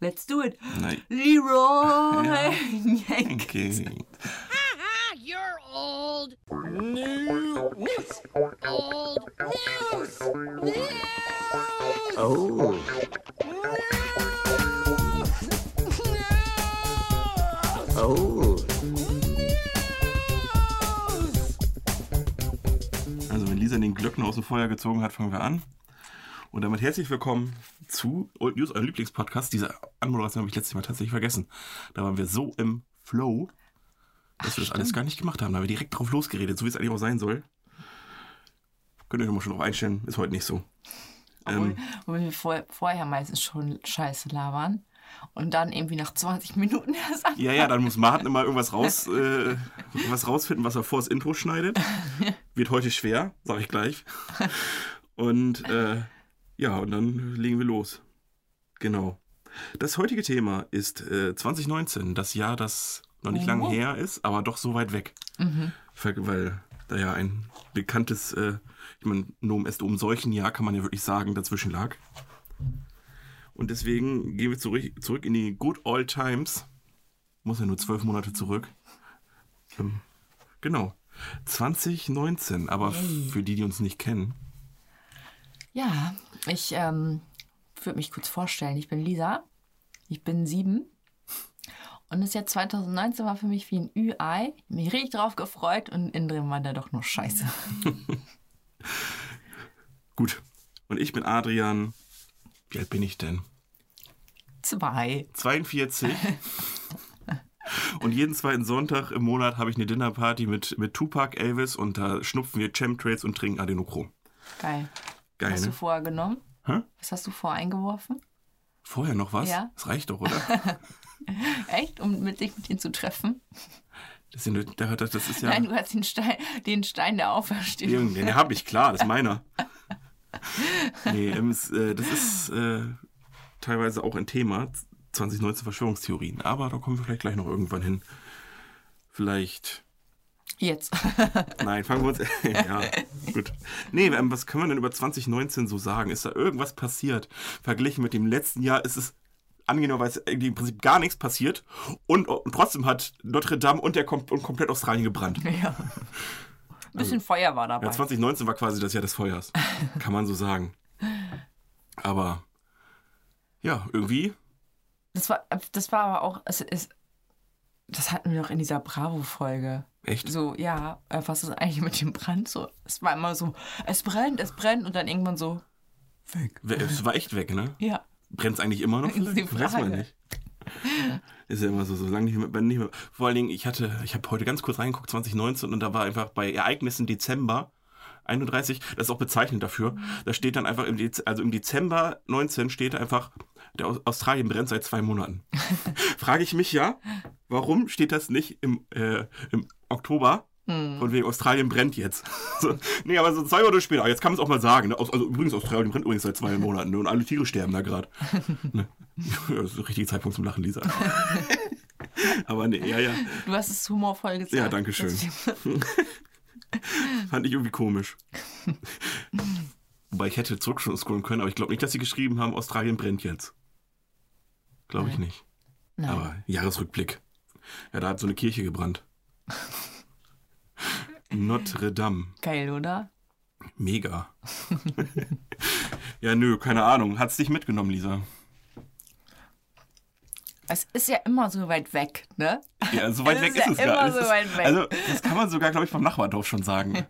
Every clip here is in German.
Let's do it. Nein. Leroy Ja. Jenkins. Okay. You're old. New news. Oh. Old news. News. Oh. Oh. Also wenn Lisa den Glöckner aus dem Feuer gezogen hat, fangen wir an. Und damit herzlich willkommen zu Old News, eurem Lieblingspodcast. Diese Anmoderation habe ich letztes Mal tatsächlich vergessen. Da waren wir so im Flow, dass wir das alles gar nicht gemacht haben. Da haben wir direkt drauf losgeredet, so wie es eigentlich auch sein soll. Könnt ihr euch mal schon drauf einstellen, ist heute nicht so. Obwohl, Ähm, obwohl wir vor, vorher meistens schon Scheiße labern und dann irgendwie nach 20 Minuten erst an. ja, ja, dann muss Martin immer irgendwas, raus, äh, irgendwas rausfinden, was er vor das Intro schneidet. Wird heute schwer, sage ich gleich. Und äh, ja, und dann legen wir los. Genau. Das heutige Thema ist äh, 2019, das Jahr, das noch nicht lange her ist, aber doch so weit weg. Weil, weil da ja ein bekanntes, äh, ich meine, Nomen est um solchen Jahr kann man ja wirklich sagen, dazwischen lag. Und deswegen gehen wir zurück, zurück in die Good Old Times. Muss ja nur zwölf Monate zurück. Ähm, genau. 2019, aber für die, die uns nicht kennen, Ja, ich ähm, würde mich kurz vorstellen. Ich bin Lisa. Ich bin sieben. Und das Jahr 2019 war für mich wie ein Ü-Ei. Ich hab mich richtig drauf gefreut und innen drin war da doch nur Scheiße. Gut. Und ich bin Adrian. Wie alt bin ich denn? Zwei. 42. und jeden zweiten Sonntag im Monat habe ich eine Dinnerparty mit, mit Tupac, Elvis und da schnupfen wir Chemtrails und trinken Adenochrom. Geil. Geil, Hast du ne? vorher genommen? Hä? Was hast du vorher eingeworfen? Vorher noch was? Ja. Das reicht doch, oder? Echt? Um mit dich mit ihnen zu treffen? Das ist, ja, nur- da- das das ist ja. Nein, du hast den Stein, den Stein der Auferstehung. Irgend- Den habe ich, klar, das ist meiner. nee, ähm, es, äh, das ist äh, teilweise auch ein Thema, 2019 Verschwörungstheorien. Aber da kommen wir vielleicht gleich noch irgendwann hin. Vielleicht Jetzt. Nein, fangen wir uns. ja, gut. Nee, ähm, was kann man denn über 2019 so sagen? Ist da irgendwas passiert? Verglichen mit dem letzten Jahr ist es angenehmerweise irgendwie im Prinzip gar nichts passiert. Und, und trotzdem hat Notre Dame und der Kom und komplett Australien gebrannt. Ja. Ein bisschen Feuer war dabei. Ja, 2019 war quasi das Jahr des Feuers. Kann man so sagen. Aber ja, irgendwie. das, war, das war aber auch, es ist, das hatten wir doch in dieser Bravo-Folge. Echt? So, ja, äh, was ist eigentlich mit dem Brand? So, es war immer so, es brennt, es brennt und dann irgendwann so, Weg. Es war echt weg, ne? ja. Brennt es eigentlich immer noch? Ist die Weiß man Frage. nicht. Ist ja immer so, solange nicht mehr, wenn nicht mehr. Vor allen Dingen, ich hatte, ich habe heute ganz kurz reingeguckt, 2019, und da war einfach bei Ereignissen Dezember 31, das ist auch bezeichnend dafür. Da steht dann einfach, im Dez, also im Dezember 19 steht da einfach, der Aus Australien brennt seit zwei Monaten. Frage ich mich ja, warum steht das nicht im, äh, im Oktober? Hm. Von wegen Australien brennt jetzt. So, nee, aber so zwei Monate später, aber jetzt kann man es auch mal sagen. Ne? Aus, also übrigens, Australien brennt übrigens seit zwei Monaten ne? und alle Tiere sterben da gerade. Ne? Ja, das ist der richtige Zeitpunkt zum Lachen, Lisa. aber nee, ja, ja. Du hast es humorvoll gesagt. Ja, danke schön. Deswegen- Fand ich irgendwie komisch. Wobei ich hätte zurückscrollen können, aber ich glaube nicht, dass sie geschrieben haben, Australien brennt jetzt. Glaube ich nicht. Nein. Aber Jahresrückblick. Ja, da hat so eine Kirche gebrannt. Notre Dame. Geil, oder? Mega. ja, nö, keine Ahnung. Hat's dich mitgenommen, Lisa? Es ist ja immer so weit weg, ne? Ja, so weit Es weg ist ist ja es immer gar nicht. so Es ist- weit weg. Also, das kann man sogar, glaube ich, vom Nachbardorf schon sagen.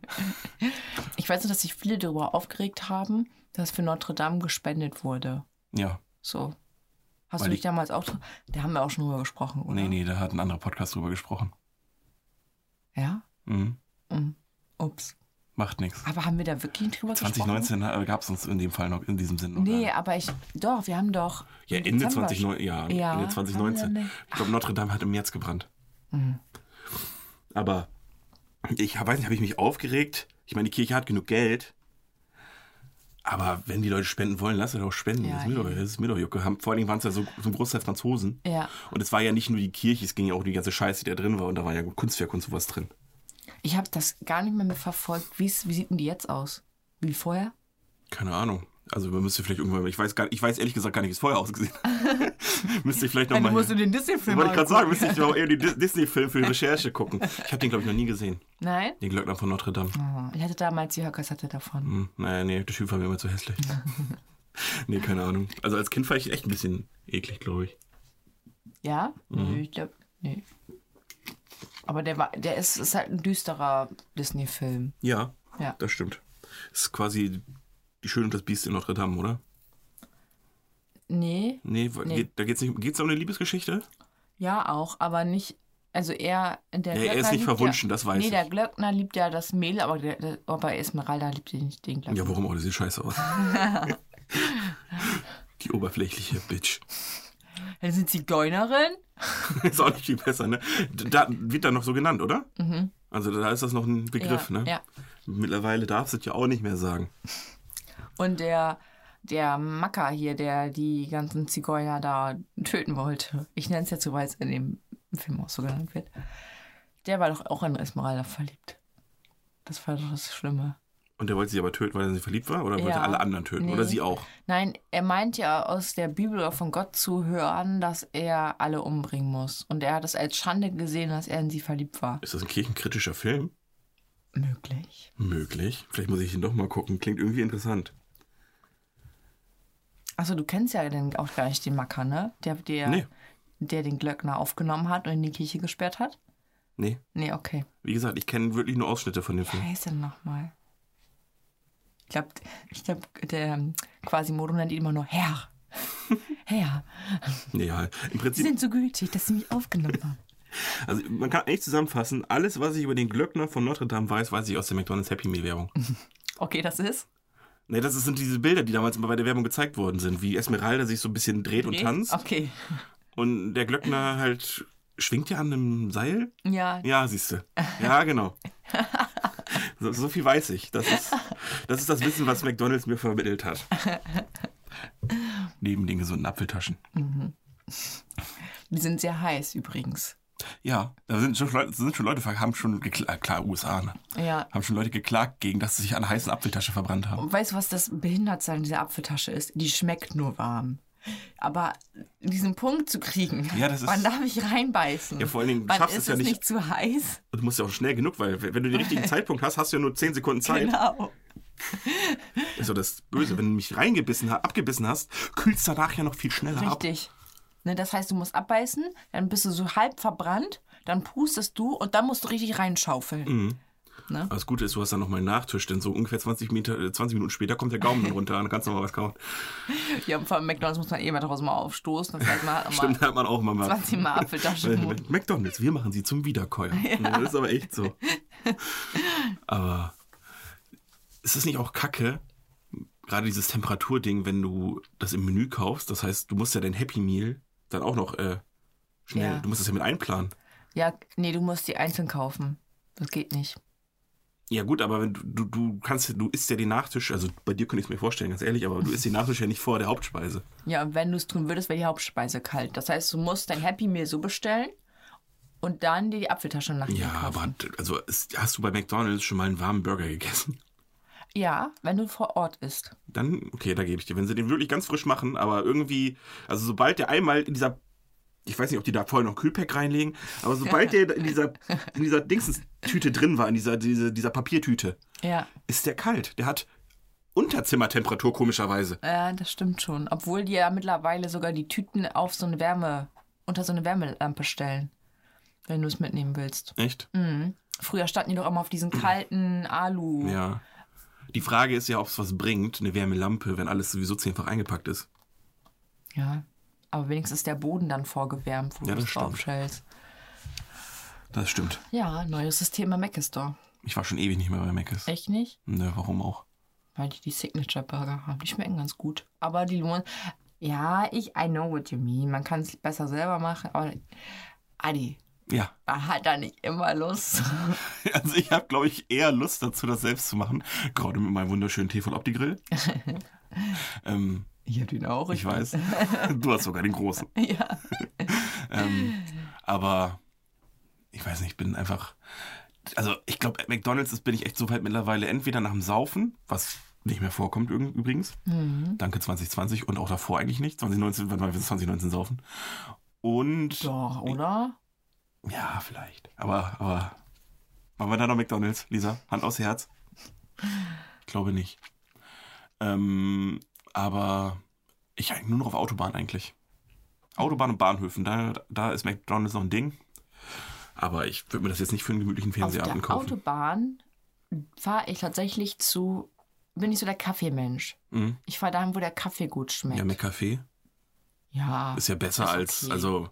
Ich weiß nur, dass sich viele darüber aufgeregt haben, dass für Notre Dame gespendet wurde. Ja. So. Hast Weil du dich ich- damals auch. dr- Da haben wir auch schon drüber gesprochen, oder? Nee, nee, da hat ein anderer Podcast drüber gesprochen. Ja? Hm. Mhm. Ups. Macht nichts. Aber haben wir da wirklich drüber gesprochen? 2019 gab es uns in dem Fall noch, in diesem Sinn noch. gar Nee, nicht. aber ich. Doch, wir haben doch. ja, im Ende Dezember 2019. Ja, Ja, Ende haben 2019. wir nicht. Ich glaube, Notre Dame hat im März gebrannt. Aber ich hab- weiß nicht, habe ich mich aufgeregt? Ich meine, die Kirche hat genug Geld. Aber wenn die Leute spenden wollen, lass sie doch spenden. Ja, das, ist mir doch, eben. das ist mir doch Jucke. Haben- Vor allen Dingen waren es ja so, so ein Großteil Franzosen. Ja. Und es war ja nicht nur die Kirche, es ging ja auch um die ganze Scheiße, die da drin war. Und da war ja Kunstwerk und sowas drin. Ich habe das gar nicht mehr mitverfolgt. Wie, ist- wie sieht denn die jetzt aus? Wie vorher? Keine Ahnung. Also man müsste vielleicht irgendwann, ich weiß, gar, ich weiß ehrlich gesagt gar nicht, wie es vorher ausgesehen hat. müsste ich vielleicht Ja, du nochmal... musst in Wollte den Disney-Film ich gerade sagen, angucken. müsste ich auch eher die Dis- Disney-Film für die Recherche gucken. Ich habe den, glaube ich, noch nie gesehen. Nein? Den Glöckner von Notre Dame. Oh, ich hatte damals die Hörkassette davon. Hm, naja, nee, der Typ war mir immer zu hässlich. nee, keine Ahnung. Also als Kind fand ich echt ein bisschen eklig, glaube ich. Ja? Mhm. Nö, ich glaube, nee. Aber der, war, der ist, ist halt ein düsterer Disney-Film. Ja, Ja. das stimmt. Ist quasi die Schöne und das Biest in Notre Dame, oder? Nee, Nee, wa- Nee. Geht, da geht's nicht geht's um eine Liebesgeschichte? ja auch, aber nicht... Also er, der Ja, er ist Glöckner nicht liebt verwunschen, ja, das weiß Nee, ich. der Glöckner liebt ja das Mehl, aber, der, der, aber Esmeralda liebt den nicht den Glöckner. Ja, warum auch? Das sieht scheiße aus. die oberflächliche Bitch. Dann sind sie Zigeunerin? Ist auch nicht viel besser, ne? Da wird da noch so genannt, oder? Also da ist das noch ein Begriff, Mhm. ja, ne? ja. Mittlerweile darfst du es ja auch nicht mehr sagen. Und der, der Macker hier, der die ganzen Zigeuner da töten wollte, ich nenne es jetzt so, weil es in dem Film auch so genannt wird, der war doch auch in Esmeralda verliebt. Das war doch das Schlimme. Und der wollte sie aber töten, weil er sie verliebt war? Oder wollte Ja. er alle anderen töten? Nee. Oder sie auch? Nein, er meint ja aus der Bibel oder von Gott zu hören, dass er alle umbringen muss. Und er hat es als Schande gesehen, dass er in sie verliebt war. Ist das ein kirchenkritischer Film? Möglich. Möglich. Vielleicht muss ich ihn doch mal gucken. Klingt irgendwie interessant. Also du kennst ja dann auch gar nicht den Macker, ne? Der, der, Nee. der den Glöckner aufgenommen hat und in die Kirche gesperrt hat? Nee. Nee, okay. Wie gesagt, ich kenne wirklich nur Ausschnitte von dem Wie Film. heißt er denn nochmal? Ich glaube, ich glaub, der ähm, Quasimodo nennt ihn immer nur Herr. Herr, Nee, ja. Im Sie Prinzip, sind so gütig, dass Sie mich aufgenommen haben. also man kann echt zusammenfassen, alles, was ich über den Glöckner von Notre Dame weiß, weiß ich aus der McDonalds Happy Meal Werbung. Mhm. Okay, das ist? Nee, das sind diese Bilder, die damals bei der Werbung gezeigt worden sind, wie Esmeralda sich so ein bisschen dreht und Nee? tanzt Okay. und der Glöckner halt schwingt ja an einem Seil. Ja, Ja, siehst du. Ja, genau. So, so viel weiß ich. Das ist, das ist das Wissen, was McDonalds mir vermittelt hat. Neben den gesunden Apfeltaschen. die sind sehr heiß übrigens. Ja, da sind schon Leute, sind schon Leute ver- haben schon gekla- klar USA, ne? Ja. haben schon Leute geklagt gegen, dass sie sich an einer heißen Apfeltasche verbrannt haben. Und weißt du, was das Behindertsein dieser Apfeltasche ist? Die schmeckt nur warm. Aber diesen Punkt zu kriegen, Ja, das ist- wann darf ich reinbeißen? Ja, vor allen Dingen, du wann schaffst ist es ja es nicht- nicht zu heiß? Und du musst ja auch schnell genug, weil wenn du den richtigen Zeitpunkt hast, hast du ja nur 10 Sekunden Zeit. Genau. Ist so das Böse, wenn du mich reingebissen hast, abgebissen hast, kühlst danach ja noch viel schneller ab. Richtig. Ne, das heißt, du musst abbeißen, dann bist du so halb verbrannt, dann pustest du und dann musst du richtig reinschaufeln. Mm. Aber das Gute ist, du hast dann nochmal einen Nachtisch, denn so ungefähr 20, Meter, äh, 20 Minuten später kommt der Gaumen dann runter und dann kannst du nochmal was kauen. Ja, und vor allem McDonalds muss man eh mal draußen mal aufstoßen. Das heißt, man halt hat auch Stimmt, mal hat man auch mal. mal. 20 Mal Apfeltaschen. Weil- McDonalds, wir machen sie zum Wiederkäuer. Ne, Das ist aber echt so. aber ist das nicht auch kacke? Gerade dieses Temperaturding, wenn du das im Menü kaufst, das heißt, du musst ja dein Happy Meal dann auch noch äh, schnell, Ja. du musst das ja mit einplanen. ja, nee, du musst die einzeln kaufen. Das geht nicht. Ja gut, aber wenn du, du, du kannst, du isst ja den Nachtisch, also bei dir könnte ich es mir vorstellen, ganz ehrlich, aber du isst den Nachtisch ja nicht vor der Hauptspeise. Ja, und wenn du es tun würdest, wäre die Hauptspeise kalt. Das heißt, du musst dein Happy Meal so bestellen und dann dir die Apfeltasche nachher Ja, kaufen. aber also ist, hast du bei McDonalds schon mal einen warmen Burger gegessen? Ja, wenn du vor Ort isst. Dann, okay, da gebe ich dir. Wenn sie den wirklich ganz frisch machen, aber irgendwie, also sobald der einmal in dieser, ich weiß nicht, ob die da vorher noch Kühlpack reinlegen, aber sobald der in dieser, in dieser Dingsens-Tüte drin war, in dieser, diese, dieser Papiertüte, Ja. ist der kalt. Der hat Unterzimmertemperatur komischerweise. Ja, das stimmt schon. Obwohl die ja mittlerweile sogar die Tüten auf so eine Wärme, unter so eine Wärmelampe stellen, wenn du es mitnehmen willst. Mhm. Echt? Früher standen die doch immer auf diesen kalten Alu. Ja. Die Frage ist ja, ob es was bringt, eine Wärmelampe, wenn alles sowieso zehnfach eingepackt ist. Ja. Aber wenigstens ist der Boden dann vorgewärmt, wo Ja, du das es stimmt. draufstellst. Das stimmt. Ja, neues System im Mac Store. Ich war schon ewig nicht mehr bei Mc's. Echt nicht? Ne, warum auch? Weil die die Signature Burger haben. Die schmecken ganz gut. Aber die lohnen. Ja, ich, I know what you mean. Man kann es besser selber machen, aber Adi, Ja. man hat da nicht immer Lust. Also ich habe, glaube ich, eher Lust dazu, das selbst zu machen. Gerade mit meinem wunderschönen Tee von Opti-Grill. ähm, Ich hab den auch. ich weiß. Du hast sogar den großen. Ja. Ähm, aber ich weiß nicht, ich bin einfach. Also ich glaube, McDonalds ist, bin ich echt so weit mittlerweile entweder nach dem Saufen, was nicht mehr vorkommt irgend- übrigens. Mhm. Danke 2020 und auch davor eigentlich nicht. 2019, wann war wir 2019 saufen? Und Doch, oder? ja, vielleicht. Aber, aber waren wir da noch McDonalds, Lisa? Hand aufs Herz? Ich glaube nicht. Ähm, aber ich eigentlich nur noch auf Autobahn eigentlich. Autobahn und Bahnhöfen, da, da ist McDonalds noch ein Ding. Aber ich würde mir das jetzt nicht für einen gemütlichen Auf der Fernsehabend kaufen. Autobahn fahre ich tatsächlich zu, bin ich so der Kaffeemensch. Mhm. Ich fahre dahin, wo der Kaffee gut schmeckt. Ja, Ja, McCafé ja. ist ja besser Ist als, okay. also,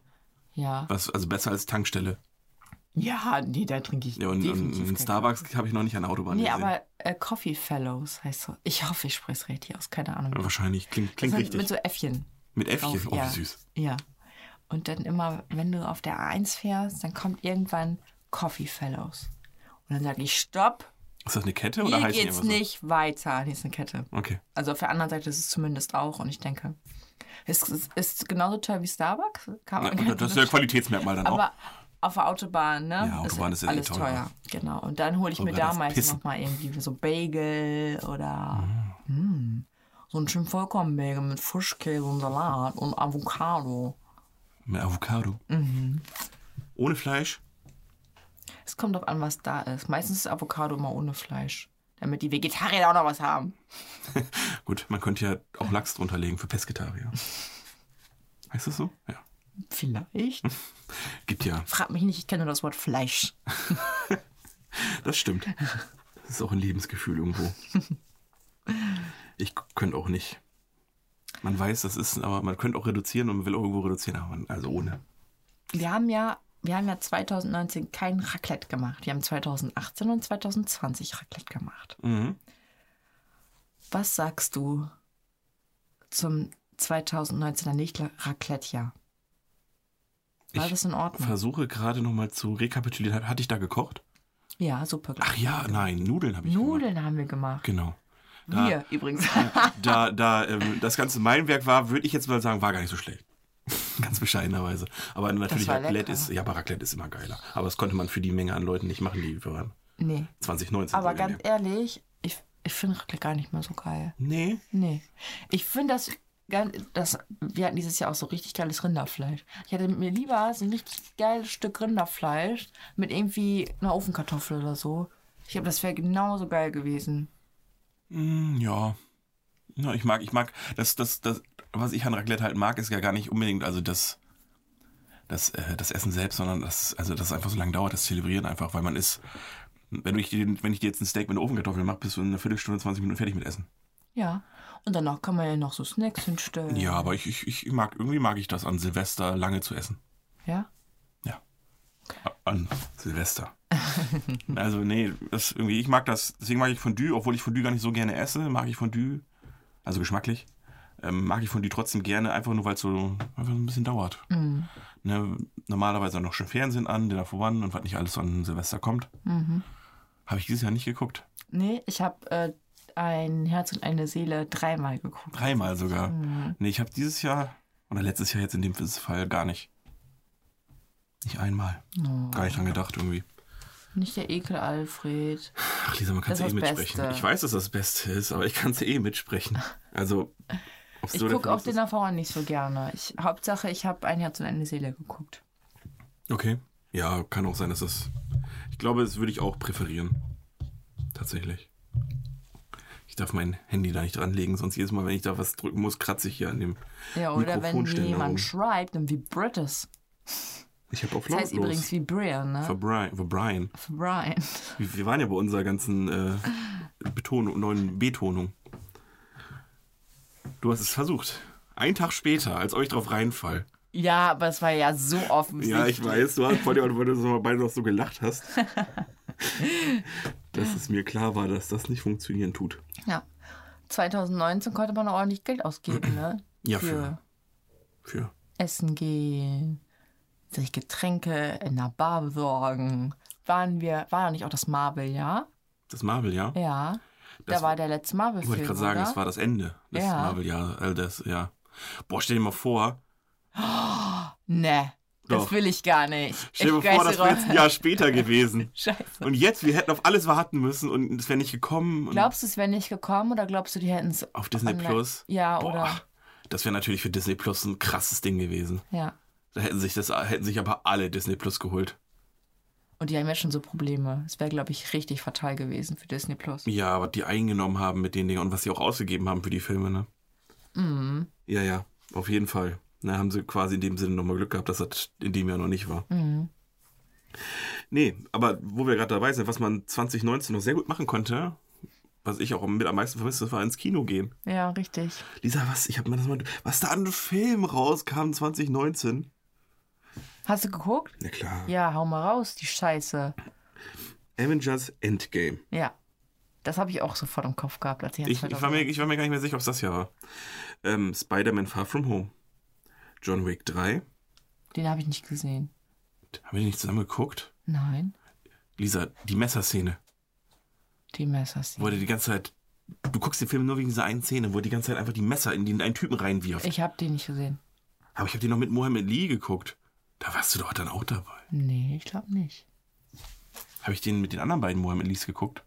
ja. was, also besser als Tankstelle. nee, da trinke ich Ja, und, und, definitiv und keinen Starbucks habe ich noch nicht an der Autobahn Kaffee. Nee, gesehen. aber äh, Coffee Fellows heißt so. Ich hoffe, ich spreche es richtig aus, keine Ahnung. Wahrscheinlich, klingt, klingt Das richtig. sind Mit so Äffchen. Mit Äffchen, drauf, oh, ja. wie süß. Ja. Und dann immer, wenn du auf der A1 fährst, dann kommt irgendwann Coffee Fellows. Und dann sage ich, stopp, Ist das eine Kette oder hier heißt die geht's einfach so? nicht weiter. Hier ist eine Kette. Okay. Also auf der anderen Seite ist es zumindest auch. Und ich denke, es ist, ist genauso teuer wie Starbucks. Kann Na, man das das ist ja ein Qualitätsmerkmal dann auch. Aber auf der Autobahn, ne? Ja, Autobahn ist ja eh alles teurer. teuer. Genau. Und dann hole ich mir wir das damals pissen. Ah. nochmal irgendwie so Bagel oder mm, so einen schönen Vollkornbagel mit Frischkäse und Salat und Avocado. Mit Avocado. Mhm. Ohne Fleisch. Es kommt drauf an, was da ist. Meistens ist Avocado immer ohne Fleisch. Damit die Vegetarier auch noch was haben. Gut, man könnte ja auch Lachs drunter legen für Pesketarier. Heißt das so? Ja. Vielleicht. Gibt ja. Frag mich nicht, ich kenne nur das Wort Fleisch. Das stimmt. Das ist auch ein Lebensgefühl irgendwo. Ich k- könnte auch nicht. Man weiß, das ist, aber man könnte auch reduzieren und man will auch irgendwo reduzieren, aber man, also ohne. Wir haben ja, wir haben ja 2019 kein Raclette gemacht. Wir haben 2018 und 2020 Raclette gemacht. Mhm. Was sagst du zum 2019er Nicht-Raclette-Jahr? War Ich das in Ordnung? Versuche gerade nochmal zu rekapitulieren. Hat- Hatte ich da gekocht? Ja, super. Ach ja, nein, Nudeln habe ich gemacht. Nudeln haben wir gemacht. Genau. Da- Wir übrigens. da, da ähm, das ganze Meilenwerk war, würde ich jetzt mal sagen, war gar nicht so schlecht. Ganz bescheidenerweise. Aber natürlich, war Raclette lecker. ist, ja, aber Raclette ist immer geiler. Aber das konnte man für die Menge an Leuten nicht machen, die wir waren. nee. 2019. Aber ganz wohlgemerkt. ehrlich, ich, ich finde Raclette gar nicht mehr so geil. Nee, Nee. Ich finde das, gan- das. Wir hatten dieses Jahr auch so richtig geiles Rinderfleisch. Ich hätte mir lieber so ein richtig geiles Stück Rinderfleisch mit irgendwie einer Ofenkartoffel oder so. Ich glaube, das wäre genauso geil gewesen. Hm, ja. Na, ich mag, ich mag, das, das, das, was ich an Raclette halt mag, ist ja gar nicht unbedingt, also das, das, äh, das Essen selbst, sondern das, also das einfach so lange dauert, das Zelebrieren einfach, weil man ist, wenn, du ich dir, wenn ich dir jetzt ein Steak mit einer Ofenkartoffel mache, bist du in einer Viertelstunde, 20 Minuten fertig mit Essen. Ja. Und danach kann man ja noch so Snacks hinstellen. Ja, aber ich, ich, ich mag, irgendwie mag ich das an Silvester lange zu essen. Ja? Ja. An Silvester. also, nee, das irgendwie, ich mag das, deswegen mag ich Fondue, obwohl ich Fondue gar nicht so gerne esse, mag ich Fondue, also geschmacklich, ähm, mag ich Fondue trotzdem gerne, einfach nur, weil es so einfach so ein bisschen dauert. Mhm. Ne, normalerweise noch schön Fernsehen an, Dinner for One und was nicht alles so an Silvester kommt. Habe ich dieses Jahr nicht geguckt. Mhm. Nee, ich habe äh, ein Herz und eine Seele dreimal geguckt. Mhm. Dreimal sogar. Nee, ich habe dieses Jahr oder letztes Jahr jetzt in dem Fall gar nicht. Nicht einmal. Gar nicht dran gedacht irgendwie. Oh. Nicht der Ekel Alfred. Ach, Lisa, man kann Das es eh ist das mitsprechen. Beste. Ich weiß, dass das Beste ist, aber ich kann es eh mitsprechen. Also, ob's Ich so der gucke auch Fall den Erfahrung nicht so gerne. Ich, Hauptsache, ich habe ein Herz und eine Seele geguckt. ist. Okay. Ja, kann auch sein, dass das. Ich glaube, das würde ich auch präferieren. Tatsächlich. Ich darf mein Handy da nicht dranlegen, sonst jedes Mal, wenn ich da was drücken muss, kratze ich hier an dem. Ja, oder wenn Mikrofonständer oben. jemand schreibt, dann vibriert es. Ich habe auf Das heißt übrigens lautlos. vibrieren, ne? Für Brian. Für Brian. Für Brian. Wir wir waren ja bei unserer ganzen äh, Betonung, neuen Betonung. Du hast es versucht. Einen Tag später, als euch drauf reinfall. Ja, aber es war ja so offensichtlich. Ja, ich weiß, du hast vor allem, weil du so beide noch so gelacht hast. dass es mir klar war, dass das nicht funktionieren tut. Ja. 2019 konnte man noch ordentlich Geld ausgeben, ne? Ja, für- Für. Essen gehen, sich Getränke in der Bar besorgen. Waren wir, war da nicht auch das Marvel, ja? Das Marvel, ja? Ja. Das da war der letzte Marvel-Film. Wollte ich gerade sagen, oder? das war das Ende. Das Ja. Marvel, ja. Äh, das, ja. Boah, stell dir mal vor, Nee. Ne, Das Doch. will ich gar nicht. Stell dir ich vor, das wäre jetzt ein raus. Jahr später gewesen. Scheiße. Und jetzt, wir hätten auf alles warten müssen und es wäre nicht gekommen. Und Glaubst du, es wäre nicht gekommen oder glaubst du, die hätten es. auf Disney online- Plus? Ja, Boah, oder? das wäre natürlich für Disney Plus ein krasses Ding gewesen. Ja. Da hätten sich, das, hätten sich aber alle Disney Plus geholt. Und die haben ja schon so Probleme. Es wäre, glaube ich, richtig fatal gewesen für Disney Plus. Ja, aber die eingenommen haben mit den Dingen und was sie auch ausgegeben haben für die Filme, ne? Mhm. Ja, ja, auf jeden Fall. Na, haben sie quasi in dem Sinne nochmal Glück gehabt, dass das in dem Jahr noch nicht war. Mhm. Nee, aber wo wir gerade dabei sind, was man 2019 noch sehr gut machen konnte, was ich auch mit am meisten vermisste, war ins Kino gehen. Ja, richtig. Lisa, was, ich hab mir das mal, was da an Film rauskam 2019? Hast du geguckt? Na klar. Ja, hau mal raus, die Scheiße. Avengers Endgame. Ja. Das habe ich auch sofort im Kopf gehabt, als ich, Ich, ich, war mir, ich war mir gar nicht mehr sicher, ob es das Jahr war. Ähm, Spider-Man Far From Home. John Wick 3. Den habe ich nicht gesehen. Haben wir die nicht zusammen geguckt? Nein. Lisa, die Messerszene. Die Messers. Wo er die ganze Zeit. Du guckst den Film nur wegen dieser einen Szene, wo er die ganze Zeit einfach die Messer in den einen Typen reinwirft. Ich habe den nicht gesehen. Aber ich habe den noch mit Mohammed Lee geguckt. Da warst du doch dann auch dabei. Nee, ich glaube nicht. Habe ich den mit den anderen beiden Mohammed Lees geguckt?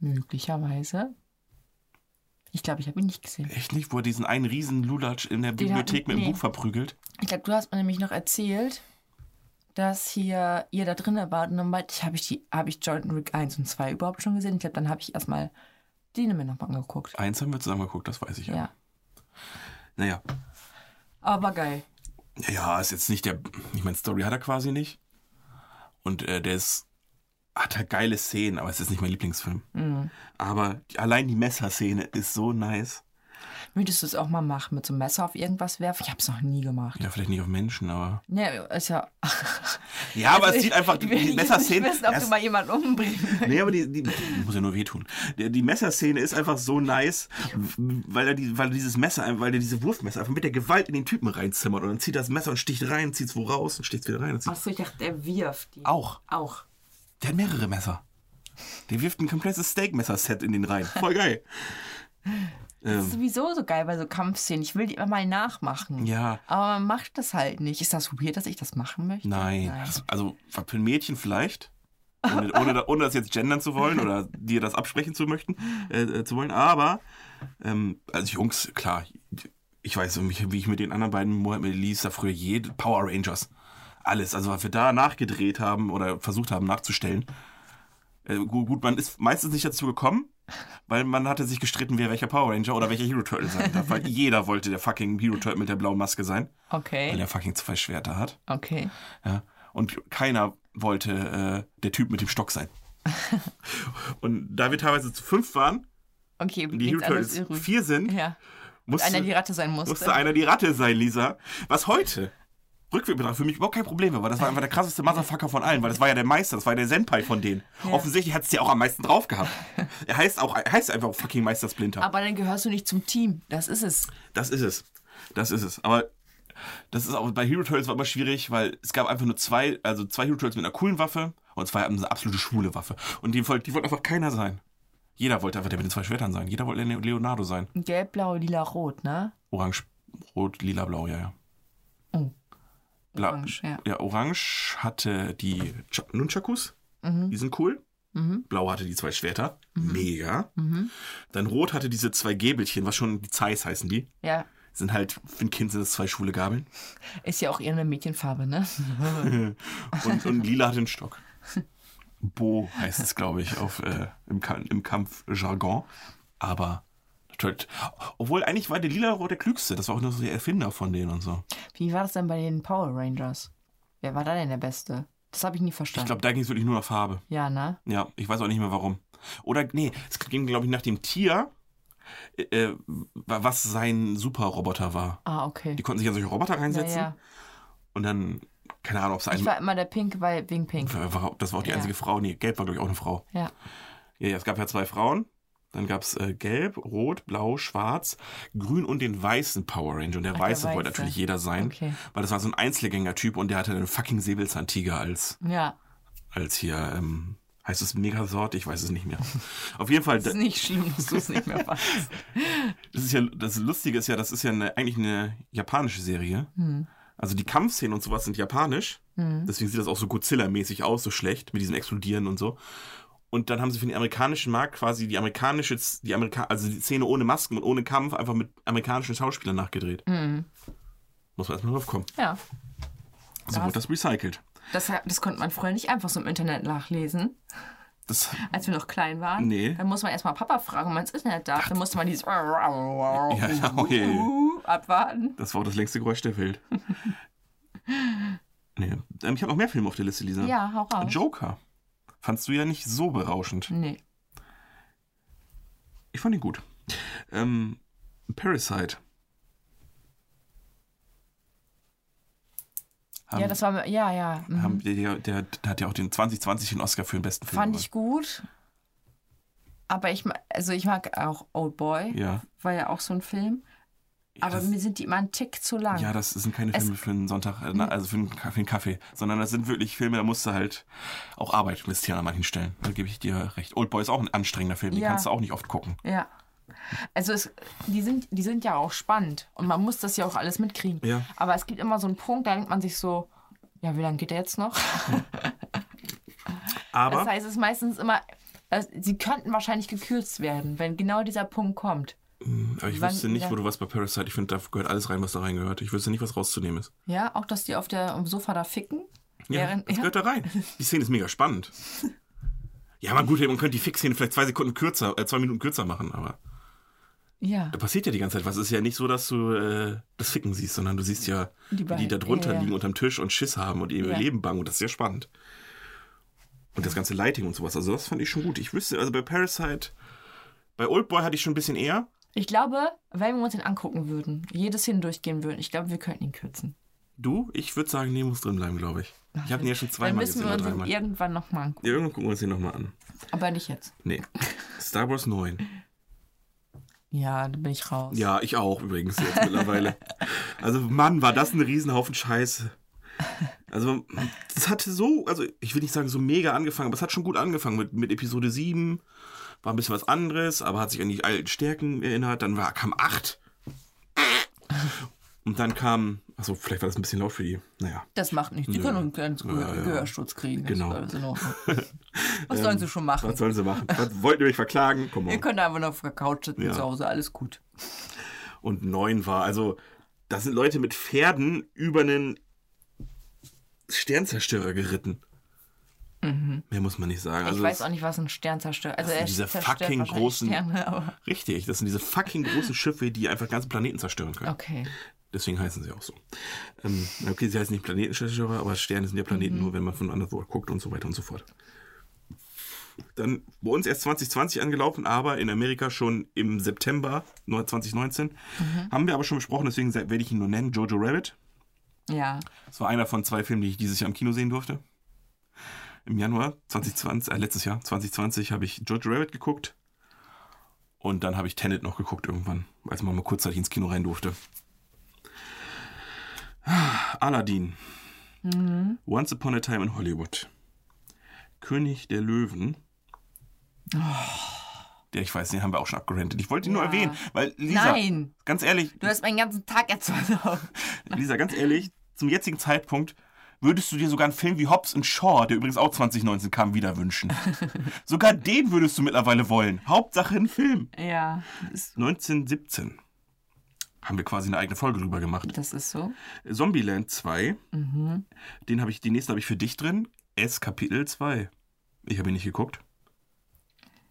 Möglicherweise. Ich glaube, ich habe ihn nicht gesehen. Echt nicht? Wo er diesen einen riesen Lulatsch in der Den Bibliothek hatten- mit dem nee. Buch verprügelt? Ich glaube, du hast mir nämlich noch erzählt, dass hier ihr da drin wart und dann meinte ich, habe ich die, habe ich Jordan Wick 1 und 2 überhaupt schon gesehen? Ich glaube, dann habe ich erstmal die mir nochmal angeguckt. Eins haben wir zusammen geguckt, das weiß ich ja. Ja. Naja. Aber geil. Ja, ist jetzt nicht der. Ich meine, Story hat er quasi nicht. Und äh, der ist. Hat er geile Szenen, aber es ist nicht mein Lieblingsfilm. Mhm. Aber die, allein die Messerszene ist so nice. Möchtest du es auch mal machen, mit so einem Messer auf irgendwas werfen? Ich habe es noch nie gemacht. Ja, vielleicht nicht auf Menschen, aber. Ne, ist ja. Ja, aber es sieht einfach. Die, Also Ich will die nicht Messerszene. wissen, ob das- du mal jemanden umbringst. Nee, aber die, die muss ja nur wehtun. Die, die Messerszene ist einfach so nice, weil er, die, weil er dieses Messer, ein- weil er diese Wurfmesser einfach mit der Gewalt in den Typen reinzimmert und dann zieht er das Messer und sticht rein, zieht es wo raus und sticht wieder rein. Und zieht. Achso, ich dachte, er wirft die. Auch. Auch. Der hat mehrere Messer. Der wirft ein komplettes Steakmesser-Set in den rein. Voll geil. Ähm. Das ist sowieso so geil bei so Kampfszenen. Ich will die immer mal nachmachen. Ja. Aber man macht das halt nicht. Ist das weird, dass ich das machen möchte? Nein. Das, also für ein Mädchen vielleicht. Ohne, ohne, da- ohne das jetzt gendern zu wollen oder dir das absprechen zu möchten, äh, äh, zu wollen. Aber, ähm, also Jungs, klar, ich weiß, wie ich- wie ich mit den anderen beiden Mohammed Lees da früher jede Power Rangers. Alles, also was wir da nachgedreht haben oder versucht haben nachzustellen. Äh, gut, gut, man ist meistens nicht dazu gekommen, weil man hatte sich gestritten, wer welcher Power Ranger oder welcher Hero Turtle sein darf, weil jeder wollte der fucking Hero Turtle mit der blauen Maske sein, weil Okay. er fucking zwei Schwerter hat. Okay. Ja? Und keiner wollte äh, der Typ mit dem Stock sein. und da wir teilweise zu fünf waren Okay, und die Hero blieb alles Turtles irre. vier sind, Ja. musste, Einer die Ratte sein musste. musste einer die Ratte sein, Lisa. Was heute, rückwirkend betrachtet, für mich überhaupt kein Problem war, weil das war einfach der krasseste Motherfucker von allen, weil das war ja der Meister, das war ja der Senpai von denen. Offensichtlich hat es ja auch am meisten drauf gehabt. er heißt, auch, er heißt einfach fucking Meister Splinter. Aber dann gehörst du nicht zum Team. Das ist es. Das ist es. Das ist es. Aber das ist auch bei Hero Turtles war immer schwierig, weil es gab einfach nur zwei, also zwei Hero Turtles mit einer coolen Waffe und zwei haben eine absolute schwule Waffe. Und die, woll- die wollte einfach keiner sein. Jeder wollte einfach der mit den zwei Schwertern sein. Jeder wollte Le- Leonardo sein. Gelb, blau, lila, rot, ne? Orange, rot, lila, blau, ja, ja. Oh. Bla Orange, ja. ja, Orange hatte die Cha- Nunchakus. Mhm. Die sind cool. Blau hatte die zwei Schwerter. Mega. Mhm. Dann Rot hatte diese zwei Gäbelchen, was schon die Zeiss heißen die. Ja. Sind halt, für ein Kind sind das zwei schwule Gabeln. Ist ja auch eher eine Mädchenfarbe, ne? Und, und Lila hat den Stock. Bo heißt es, glaube ich, auf, äh, im, Ka- im Kampfjargon. Aber natürlich. Obwohl, eigentlich war der Lila der klügste. Das war auch nur so der Erfinder von denen und so. Wie war das denn bei den Power Rangers? Wer war da denn der Beste? Das habe ich nie Ich verstanden. glaube, da ging es wirklich nur nach Farbe. ja, ne? Ja, ich weiß auch nicht mehr warum. Oder, nee, es ging, glaube ich, nach dem Tier, äh, äh, was sein Superroboter war. Ah, okay. Die konnten sich ja solche Roboter ja, reinsetzen. ja. Und dann, keine Ahnung, ob es Ich ein. war immer der Pink, weil wegen Pink. war- Das war auch die Ja. einzige Frau. Nee, Gelb war, glaube ich, auch eine Frau. Ja. Ja, ja, es gab ja zwei Frauen. Dann gab es äh, Gelb, Rot, Blau, Schwarz, Grün und den weißen Power Ranger. Und der Ach, der Weiße wollte Weiße. natürlich jeder sein, Okay. weil das war so ein Einzelgänger-Typ und der hatte einen fucking Säbelzahntiger als, Ja. als hier, ähm, heißt es Megasort? Ich weiß es nicht mehr. Auf jeden Fall, da- Ist nicht schlimm, dass du es nicht mehr weißt. das, ist ja, das Lustige ist ja, das ist ja eine, eigentlich eine japanische Serie. Also die Kampfszenen und sowas sind japanisch. Deswegen sieht das auch so Godzilla-mäßig aus, so schlecht, mit diesem Explodieren und so. Und dann haben sie für den amerikanischen Markt quasi die amerikanische, Z- die Amerika also die Szene ohne Masken und ohne Kampf einfach mit amerikanischen Schauspielern nachgedreht. Muss man erstmal drauf kommen. Ja. So Das- wird das recycelt. Das, das konnte man früher nicht einfach so im Internet nachlesen, Das, als wir noch klein waren. Nee. Dann muss man erstmal Papa fragen, wenn man ins Internet darf. Dann musste man dieses ja, oh je. abwarten. das war auch das längste Geräusch der Welt. nee. ähm, ich habe noch mehr Filme auf der Liste, Lisa. Ja, hau raus. Joker. Fandst du ja nicht so berauschend. Nee. Ich fand ihn gut. Ähm, Parasite. Haben, Ja, das war mir- ja, ja. Mhm. haben, der, der, der hat ja auch den 2020 den Oscar für den besten Film. Fand ich gut. Aber ich, ma- also ich mag auch Old Boy, Ja. war ja auch so ein Film. Aber das- mir sind die immer einen Tick zu lang. Ja, das sind keine Filme für einen Sonntag, äh, Mhm. na, also für einen, Ka- für einen Kaffee, sondern das sind wirklich Filme, da musst du halt auch Arbeit investieren an manchen Stellen. Da gebe ich dir recht. Old Boy ist auch ein anstrengender Film, den Ja. kannst du auch nicht oft gucken. Ja. Also es, die, sind, die sind ja auch spannend und man muss das ja auch alles mitkriegen. Ja. Aber es gibt immer so einen Punkt, da denkt man sich so, ja, wie lange geht der jetzt noch? Aber Das heißt, es ist meistens immer, also, sie könnten wahrscheinlich gekürzt werden, wenn genau dieser Punkt kommt. aber ich wann- wüsste nicht, ja. wo du was bei Parasite, ich finde, da gehört alles rein, was da reingehört. Ich wüsste nicht, was rauszunehmen ist. Ja, auch dass die auf der am Sofa da ficken. Ja, während, das gehört da rein. Die Szene ist mega spannend. Ja, man gut, man könnte die Fix-Szene vielleicht zwei Sekunden kürzer, äh, zwei Minuten kürzer machen, aber ja. da passiert ja die ganze Zeit was. Es ist ja nicht so, dass du äh, das Ficken siehst, sondern du siehst ja, Die wie die beiden- da drunter ja, ja. liegen unterm Tisch und Schiss haben und ihr Ja. Leben bangen und das ist sehr spannend. Und das ganze Lighting und sowas, also das fand ich schon gut. Ich wüsste, also bei Parasite, bei Oldboy hatte ich schon ein bisschen eher. Ich glaube, wenn wir uns den angucken würden, jedes hin durchgehen würden, ich glaube, wir könnten ihn kürzen. Du, ich würde sagen, nee, muss drin bleiben, glaube ich. Ich habe ihn ja schon Dann zweimal müssen gesehen wir oder uns ihn dreimal. Ja, irgendwann nochmal angucken. irgendwann gucken wir uns den nochmal an. Aber nicht jetzt. Nee. Star Wars 9. Ja, da bin ich raus. Ja, ich auch übrigens jetzt mittlerweile. Also Mann, war das ein Riesenhaufen Scheiße. Also das hatte so, also ich will nicht sagen so mega angefangen, aber es hat schon gut angefangen mit, mit Episode 7. War ein bisschen was anderes, aber hat sich an die alten Stärken erinnert. Dann war, kam 8. Und dann kam, achso, vielleicht war das ein bisschen laut für die. Naja. Das macht nichts. Die Nö. können einen kleinen Gehör Ja, ja. Gehörsturz kriegen. Das Genau. ist alles in Ordnung. Was sollen sie schon machen? Was sollen sie machen? Was, wollt ihr mich verklagen? Komm Ihr on. könnt einfach nur auf der Couch sitzen Ja. zu Hause, alles gut. und neun war. Also, das sind Leute mit Pferden über einen Sternzerstörer geritten. Mehr muss man nicht sagen. Also, Mhm. ich weiß das- auch nicht, was ein Stern zerstört. Also sind er diese zerstört fucking wahrscheinlich großen- Sterne, aber Richtig, das sind diese fucking großen Schiffe, die einfach ganze Planeten zerstören können. okay. Deswegen heißen sie auch so. Ähm, okay, sie heißen nicht Planetenzerstörer, aber Sterne sind ja Mhm. Planeten, nur wenn man von anderswo guckt und so weiter und so fort. Dann bei uns erst 2020 angelaufen, aber in Amerika schon im September 2019. Mhm. Haben wir aber schon besprochen, deswegen se- werde ich ihn nur nennen: Jojo Rabbit. Ja. Es war einer von zwei Filmen, die ich dieses Jahr im Kino sehen durfte. Im Januar 2020, äh, letztes Jahr 2020 habe ich George Rabbit geguckt. Und dann habe ich Tenet noch geguckt irgendwann, als man mal kurzzeitig ins Kino rein durfte. Ah, Aladdin. Mhm. Once Upon a Time in Hollywood. König der Löwen. Der, ich weiß, den haben wir auch schon abgerentet. Ich wollte ihn nur Oh. Ja. erwähnen, weil Lisa, Nein. ganz ehrlich, Du hast meinen ganzen Tag erzählt. Lisa, ganz ehrlich, zum jetzigen Zeitpunkt würdest du dir sogar einen Film wie Hobbs und Shaw, der übrigens auch 2019 kam, wieder wünschen. sogar den würdest du mittlerweile wollen. Hauptsache ein Film. ja, ist- 1917 haben wir quasi eine eigene Folge drüber gemacht. das ist so. Mhm. Zombieland 2, den habe ich, die nächste habe ich für dich drin. S Kapitel 2. Ich habe ihn nicht geguckt.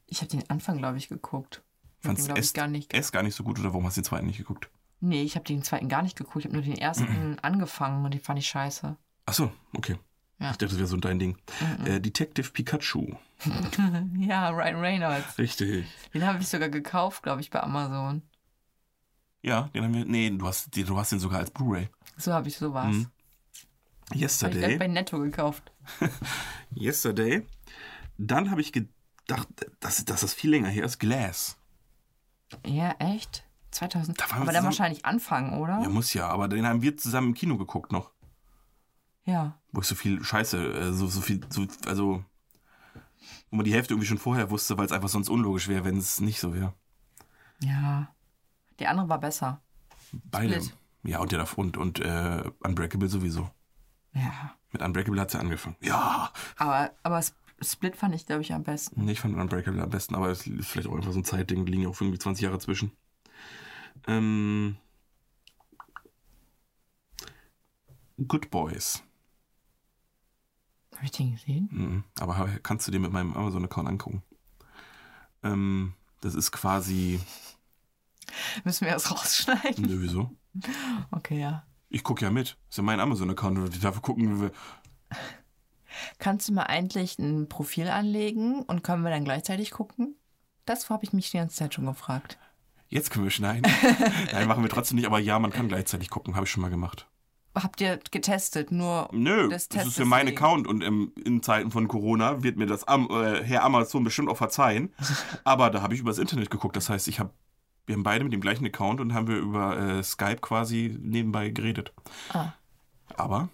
Ich habe den Anfang, glaube ich, geguckt. Ich hab den, Fandst glaube ich, S gar nicht. S gar nicht so gut oder warum hast du den zweiten nicht geguckt? Nee, ich habe den zweiten gar nicht geguckt. Ich habe nur den ersten angefangen und den fand ich scheiße. Ach so, okay. Ja. Ich dachte, das wäre so dein Ding. Äh, Detective Pikachu. Ja, Ryan Reynolds. Richtig. Den habe ich sogar gekauft, glaube ich, bei Amazon. Ja, den haben wir. Nee, du hast, du hast den sogar als Blu-ray. So habe ich sowas. Hab Mhm. ich gleich bei Yesterday. Netto gekauft. Yesterday. Dann habe ich gedacht, dass, dass das viel länger her ist. Glass. Ja, echt? 2000. Da waren wir Aber dann zusammen. wahrscheinlich anfangen, Ja, oder? muss ja, aber den haben wir zusammen im Kino geguckt noch. Ja. Wo ich so viel Scheiße, äh, so, so viel, so, also. Wo man die Hälfte irgendwie schon vorher wusste, weil es einfach sonst unlogisch wäre, wenn es nicht so wäre. Ja. Der andere war besser. Beide. Split. Ja, und ja, da- und, und äh, Unbreakable sowieso. Ja. Mit Unbreakable hat sie angefangen. Ja! Aber, aber Sp- Split fand ich, glaube ich, am besten. Nee, ich fand Unbreakable am besten, aber es ist vielleicht auch einfach so ein Zeitding, liegen ja auch irgendwie 20 Jahre zwischen. Ähm, Good Boys. Habe ich den gesehen? Mhm. Aber ha- kannst du dir mit meinem Amazon-Account angucken. Ähm, das ist quasi. Müssen wir das rausschneiden? Nö, wieso? Okay, ja. Ich gucke ja mit. Ist ja mein Amazon-Account. Dafür gucken wir. Kannst du mir eigentlich ein Profil anlegen und können wir dann gleichzeitig gucken? Das habe ich mich die ganze Zeit schon gefragt. Jetzt können wir schneiden. Nein, machen wir trotzdem nicht, aber ja, man kann gleichzeitig gucken. Habe ich schon mal gemacht. Habt ihr getestet? Nur Nö, des das, ist Testes für meinen wegen? Account und im, in Zeiten von Corona wird mir das Am äh, Herr Amazon bestimmt auch verzeihen. Aber da habe ich übers Internet geguckt. Das heißt, ich habe, wir haben beide mit dem gleichen Account und haben wir über äh, Skype quasi nebenbei geredet. Ah. Aber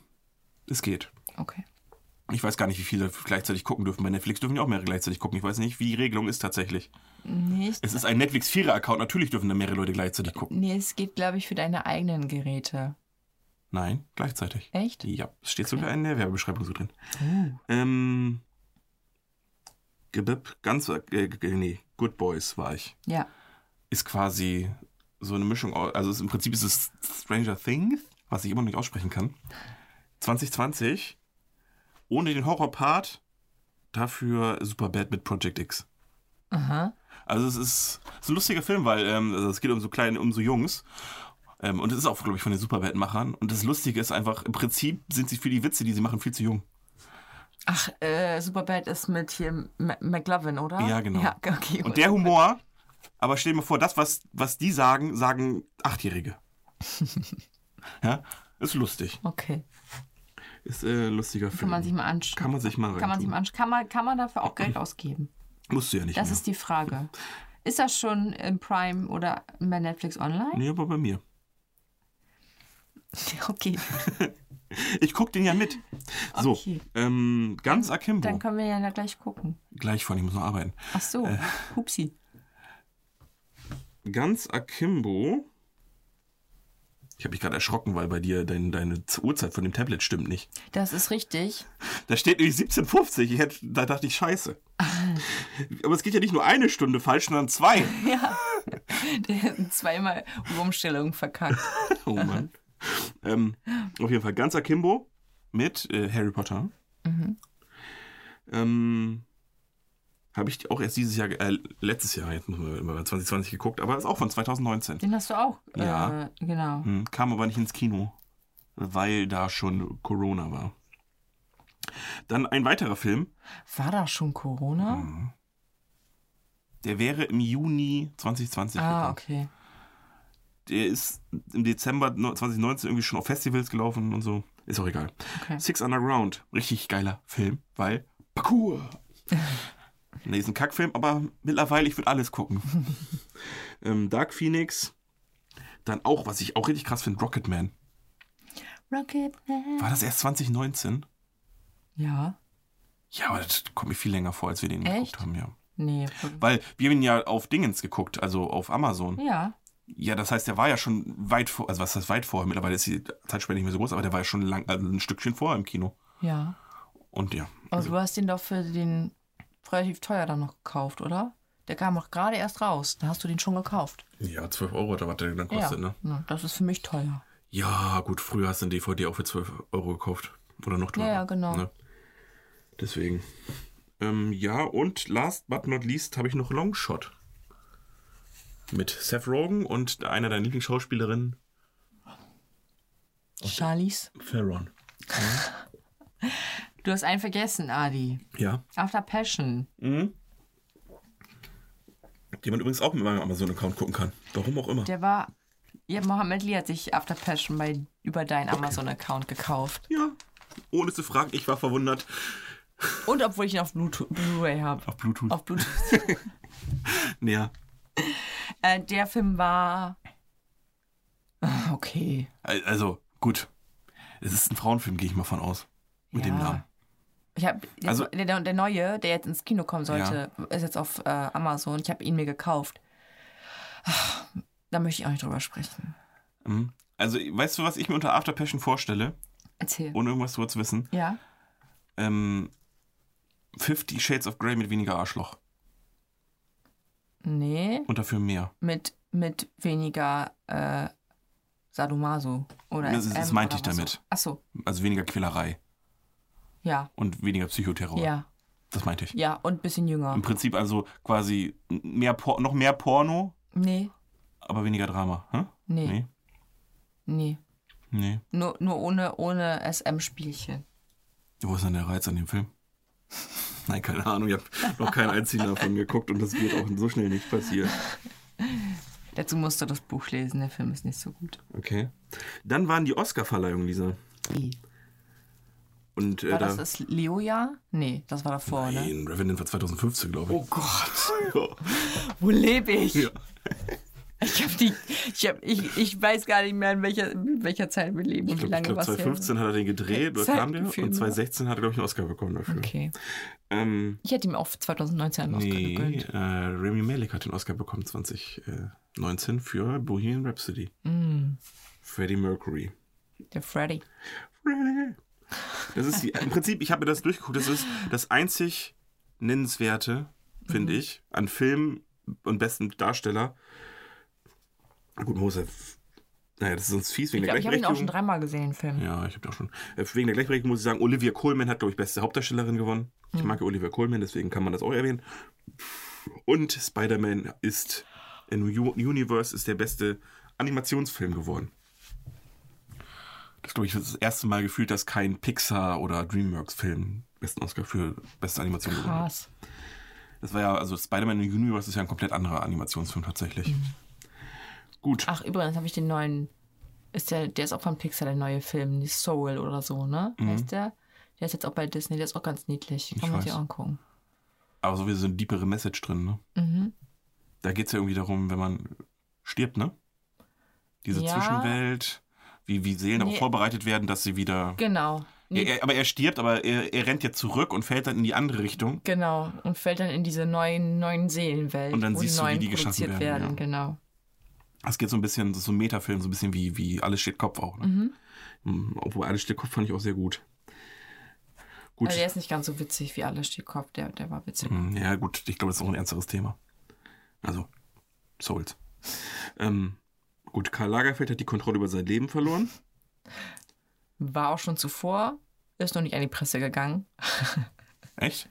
es geht. Okay. Ich weiß gar nicht, wie viele gleichzeitig gucken dürfen. Bei Netflix dürfen ja auch mehrere gleichzeitig gucken. Ich weiß nicht, wie die Regelung ist tatsächlich. Nicht. Es ist ein Netflix-Vierer-Account. Natürlich dürfen da mehrere Leute gleichzeitig gucken. Nee, es geht, glaube ich, für deine eigenen Geräte. Nein, gleichzeitig. Echt? Oh. Ja, es steht sogar in der Werbebeschreibung so drin. Ähm, Gebib, ganz, äh, g- g- nee, Good Boys war ich. Ja. Ist quasi so eine Mischung, au- also ist, im Prinzip ist es Stranger Things, was ich immer noch nicht aussprechen kann. 2020, ohne den Horrorpart, dafür Superbad mit Project X. Aha. Also es ist, es ist ein lustiger Film, weil ähm, also es geht um so kleine, um so Jungs. Ähm, und es ist auch, glaube ich, von den Superbad-Machern. Und das Lustige ist einfach, im Prinzip sind sie für die Witze, die sie machen, viel zu jung. Ach, äh, Superbad ist mit hier M- McLovin, oder? Ja, genau. Ja, okay. Und der Humor, aber stell dir mal vor, das, was, was die sagen, sagen Achtjährige. ja, ist lustig. okay. Ist äh, ein lustiger Film. Kann man sich mal anschauen. Kann man sich mal Kann man sich reintun. mal anschauen. Kann man, kann man dafür auch Geld ausgeben? Musst du ja nicht Das mehr. ist die Frage. Ist das schon im Prime oder bei Netflix online? Nee, aber bei mir. Okay. Ich guck den ja mit. So, Okay. ähm, ganz Dann Akimbo. können wir ja da gleich gucken. Gleich vorhin, ich muss noch arbeiten. Ach so. Hupsi. ganz akimbo. Ich habe mich gerade erschrocken, weil bei dir dein, deine Z- Uhrzeit von dem Tablet stimmt nicht. Das ist richtig. Da steht nämlich 17.50. Ich hätte, da dachte ich, scheiße. Aber es geht ja nicht nur eine Stunde falsch, sondern zwei. Ja. Der hat zweimal Umstellung verkackt. Oh Mann. ähm, auf jeden Fall ganz akimbo mit äh, Harry Potter. Mhm. Ähm, habe ich auch erst dieses Jahr, ge- äh, letztes Jahr, jetzt muss man immer 2020 geguckt, aber ist auch von 2019. Den hast du auch. Ja. Äh, genau. Hm, Kam aber nicht ins Kino, weil da schon Corona war. Dann ein weiterer Film, War da schon Corona? der wäre im Juni 2020 Ah, gekommen. okay. Der ist im Dezember no- 2019 irgendwie schon auf Festivals gelaufen und so. Ist auch egal. Okay. Six Underground, richtig geiler Film, weil Parkour. nee, ist ein Kackfilm, aber mittlerweile, ich würde alles gucken. ähm, Dark Phoenix, dann auch, was ich auch richtig krass finde, Rocketman. Rocket Man. War das erst 2019? Ja. Ja, aber das kommt mir viel länger vor, als wir den Echt? geguckt haben, ja. Nee. Weil wir haben ihn ja auf Dingens geguckt, also auf Amazon. Ja. Ja, das heißt, der war ja schon weit vor, also was heißt weit vorher? Mittlerweile ist die Zeitspanne nicht mehr so groß, aber der war ja schon lang, also ein Stückchen vorher im Kino. Ja. Und ja. Also du hast den doch für den relativ teuer dann noch gekauft, oder? Der kam auch gerade erst raus. Da hast du den schon gekauft. Ja, 12 Euro oder was der dann ne? ja. Na, Das ist für mich teuer. Ja, gut, früher hast du ein DVD auch für 12 Euro gekauft. Oder noch Ja, ja, genau. ne? Deswegen. Ähm, ja, und last but not least habe ich noch Longshot. Mit Seth Rogen und einer deiner Lieblingsschauspielerinnen, Charlies. Ferron. Du hast einen vergessen, Adi. Ja. After Passion. Die man übrigens auch mit meinem Amazon-Account gucken kann. Warum auch immer. Der war. Ja, Mohammed Lee hat sich After Passion bei, über deinen Amazon-Account gekauft. Ja. Ohne zu fragen, ich war verwundert. Und obwohl ich ihn auf Bluetooth- Blu-ray habe. Auf Bluetooth. Auf Bluetooth. Ja. äh, der Film war. Ah, Okay. Al- Also, gut. Es ist ein Frauenfilm, gehe ich mal von aus. Mit dem Ja. Namen. Ich hab, jetzt, Also- also, der, der neue, der jetzt ins Kino kommen sollte, ist jetzt auf äh, Amazon. Ich habe ihn mir gekauft. Ah, Da möchte ich auch nicht drüber sprechen. Mhm. Also, weißt du, was ich mir unter After Passion vorstelle? Erzähl. Ohne irgendwas drüber zu wissen. Ja. Ähm, 50 Shades of Grey mit weniger Arschloch. Nee, Und dafür mehr. mit, mit weniger äh, Sadomaso. Oder Das ist- das meinte ich damit. Achso, Also weniger Quälerei ja. und weniger Psychoterror. Ja, Das meinte ich. ja, und ein bisschen jünger. Im Prinzip also quasi mehr Por noch mehr Porno, Nee, aber weniger Drama. Hm? nee, nee. Nee. Nee. Nur, nur ohne, ohne SM-Spielchen. Wo ist denn der Reiz an dem Film? Nein, keine Ahnung. Ich habe noch keinen einzigen davon geguckt und das wird auch so schnell nicht passieren. Dazu musst du das Buch lesen, der Film ist nicht so gut. Okay. Dann waren die Oscar-Verleihungen, Lisa. Und äh, War da. das das Leo-Jahr? Nee, das war davor, ne? Nein, Revenant war 2015, glaube ich. Oh Gott, Ja. wo lebe ich? Ja. Ich, hab die, ich, hab, ich, ich weiß gar nicht mehr, in welcher, in welcher Zeit wir leben und Ich wie glaube, lange glaub, was her ist. 2015 hat er den gedreht, oder Zeit kam der? Und gefehlt, ne? 2016 hat er, glaube ich, einen Oscar bekommen dafür. Okay. Ähm, Ich hätte ihm auch 2019 einen Oscar Nee, gegönnt. äh, Remy Malek hat den Oscar bekommen 2019 für Bohemian Rhapsody. Mm, Freddie Mercury. der Freddy. Freddie. Das ist die, im Prinzip, ich habe mir das durchgeguckt, das ist das einzig Nennenswerte, finde Mhm. ich, an Film und besten Darsteller. Gut, Mose, naja, das ist uns fies Ich wegen glaube, der ich habe ihn auch schon Gleichberechtigung. dreimal gesehen, den Film. ja, ich habe auch schon. äh, Wegen der Gleichberechtigung muss ich sagen, Olivia Colman hat, glaube ich, beste Hauptdarstellerin gewonnen. Ich mag ja Olivia Colman, deswegen kann man das auch erwähnen. Und Spider-Man ist in U- Universe ist der beste Animationsfilm geworden. Das glaube ich das ist das erste Mal gefühlt, dass kein Pixar oder DreamWorks Film besten Oscar für beste Animation gewonnen hat. Krass. Das war ja also Spider-Man in Universe ist ja ein komplett anderer Animationsfilm tatsächlich. Gut. Ach, übrigens habe ich den neuen. Ist der, der ist auch von Pixar, der neue Film, die Soul oder so, ne? Mhm. Heißt der? Der ist jetzt auch bei Disney, der ist auch ganz niedlich. Kann man sich weiß. auch angucken. Aber so wie so eine deepere Message drin, ne? Mhm. Da geht es ja irgendwie darum, wenn man stirbt, ne? Diese Ja. Zwischenwelt, wie, wie Seelen Nee. darauf vorbereitet werden, dass sie wieder. Genau. Nee, Er, er, aber er stirbt, aber er, er rennt ja zurück und fällt dann in die andere Richtung. Genau. Und fällt dann in diese neuen, neuen Seelenwelt. Und dann wo siehst die du, wie neuen die geschaffen produziert werden, ja. Genau. Es geht so ein bisschen, das ist so ein Metafilm, so ein bisschen wie, wie Alles steht Kopf auch. Ne? Mhm. Obwohl Alles steht Kopf fand ich auch sehr gut. Gut. Also der ist nicht ganz so witzig wie Alles steht Kopf, der, der war witzig. Mm, Ja, gut, ich glaube, das ist auch ein ernsteres Thema. Also, Souls. Ähm, gut, Karl Lagerfeld hat die Kontrolle über sein Leben verloren. War auch schon zuvor, ist noch nicht an die Presse gegangen. Echt?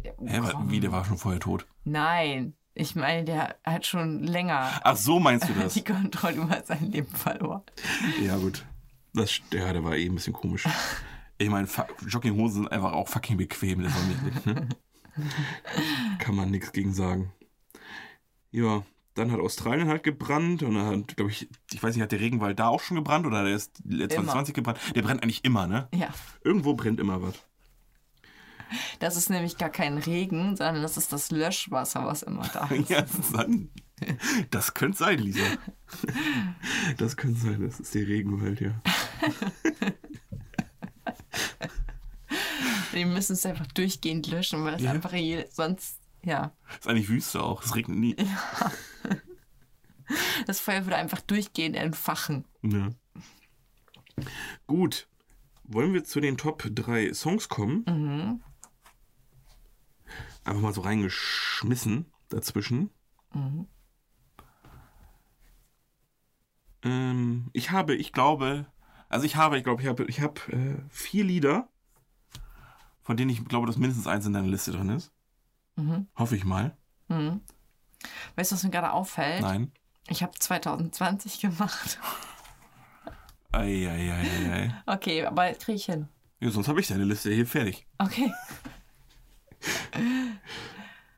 Hä, wa- wie, der war schon vorher tot? Nein. Ich meine, der hat schon länger Ach, so meinst du das? die Kontrolle über sein Leben verloren. Ja, gut. Das, st- ja, der war eh ein bisschen komisch. Ich meine, fa- Jogginghosen sind einfach auch fucking bequem. Das war nicht, ne? Kann man nichts gegen sagen. Ja, dann hat Australien halt gebrannt und dann hat, glaube ich, ich weiß nicht, hat der Regenwald da auch schon gebrannt oder hat er erst 2020 gebrannt? Der brennt eigentlich immer, ne? Ja. Irgendwo brennt immer was. Das ist nämlich gar kein Regen, sondern das ist das Löschwasser, was immer da ist. Ja, San- das könnte sein, Lisa. Das könnte sein, das ist der Regenwald, ja. Die müssen es einfach durchgehend löschen, weil es Ja. einfach je, sonst, ja. Ist eigentlich Wüste auch, es regnet nie. Das Feuer würde einfach durchgehend entfachen. Ja. Gut. Wollen wir zu den Top 3 Songs kommen? Mhm. Einfach mal so reingeschmissen dazwischen. Mhm. Ähm, ich habe, ich glaube, also ich habe, ich glaube, ich habe, ich habe äh, vier Lieder, von denen ich glaube, dass mindestens eins in deiner Liste drin ist. Hoffe ich mal. Weißt du, was mir gerade auffällt? Nein. Ich habe 2020 gemacht. Eieieiei. Okay, aber kriege ich hin. Ja, sonst habe ich deine Liste hier fertig. Okay.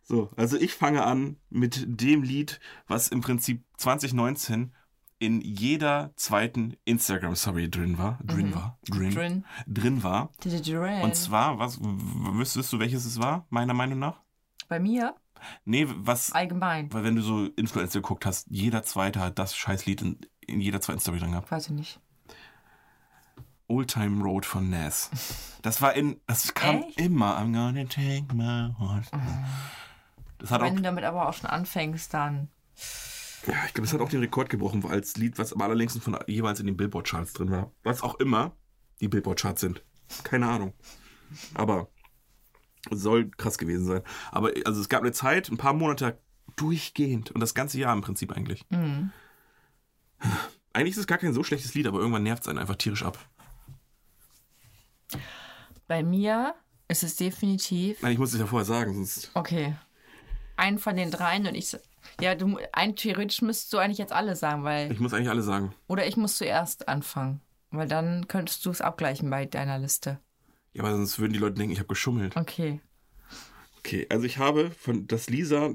So, also ich fange an mit dem Lied, was im Prinzip 2019 in jeder zweiten Instagram-Story drin war. Drin war. Drin. Drin, Drin. war. Und zwar, was, w- wüsstest du, welches es war, meiner Meinung nach? Bei mir Nee, was, allgemein. weil wenn du so Influencer geguckt hast, jeder zweite hat das Scheißlied in, in jeder zweiten Story drin gehabt. Weiß ich nicht. Old Time Road von Nas. Das war in, das kam Echt? immer. I'm gonna take my horse. Das hat auch Wenn du damit aber auch schon anfängst, dann Ja, ich glaube, es hat auch den Rekord gebrochen, weil als Lied, was am allerlängsten von jeweils in den Billboard-Charts drin war. Was auch immer die Billboard-Charts sind. Keine Ahnung. Aber soll krass gewesen sein. Aber also es gab eine Zeit, ein paar Monate durchgehend und das ganze Jahr im Prinzip eigentlich. Eigentlich ist es gar kein so schlechtes Lied, aber irgendwann nervt es einen einfach tierisch ab. Bei mir ist es definitiv. Nein, ich muss es ja vorher sagen, sonst. Okay. Einen von den dreien und ich. s- Ja, du, ein, theoretisch müsstest du eigentlich jetzt alle sagen, weil. Ich muss eigentlich alle sagen. Oder ich muss zuerst anfangen. Weil dann könntest du es abgleichen bei deiner Liste. Ja, aber sonst würden die Leute denken, ich habe geschummelt. Okay. Okay, also ich habe, von, dass Lisa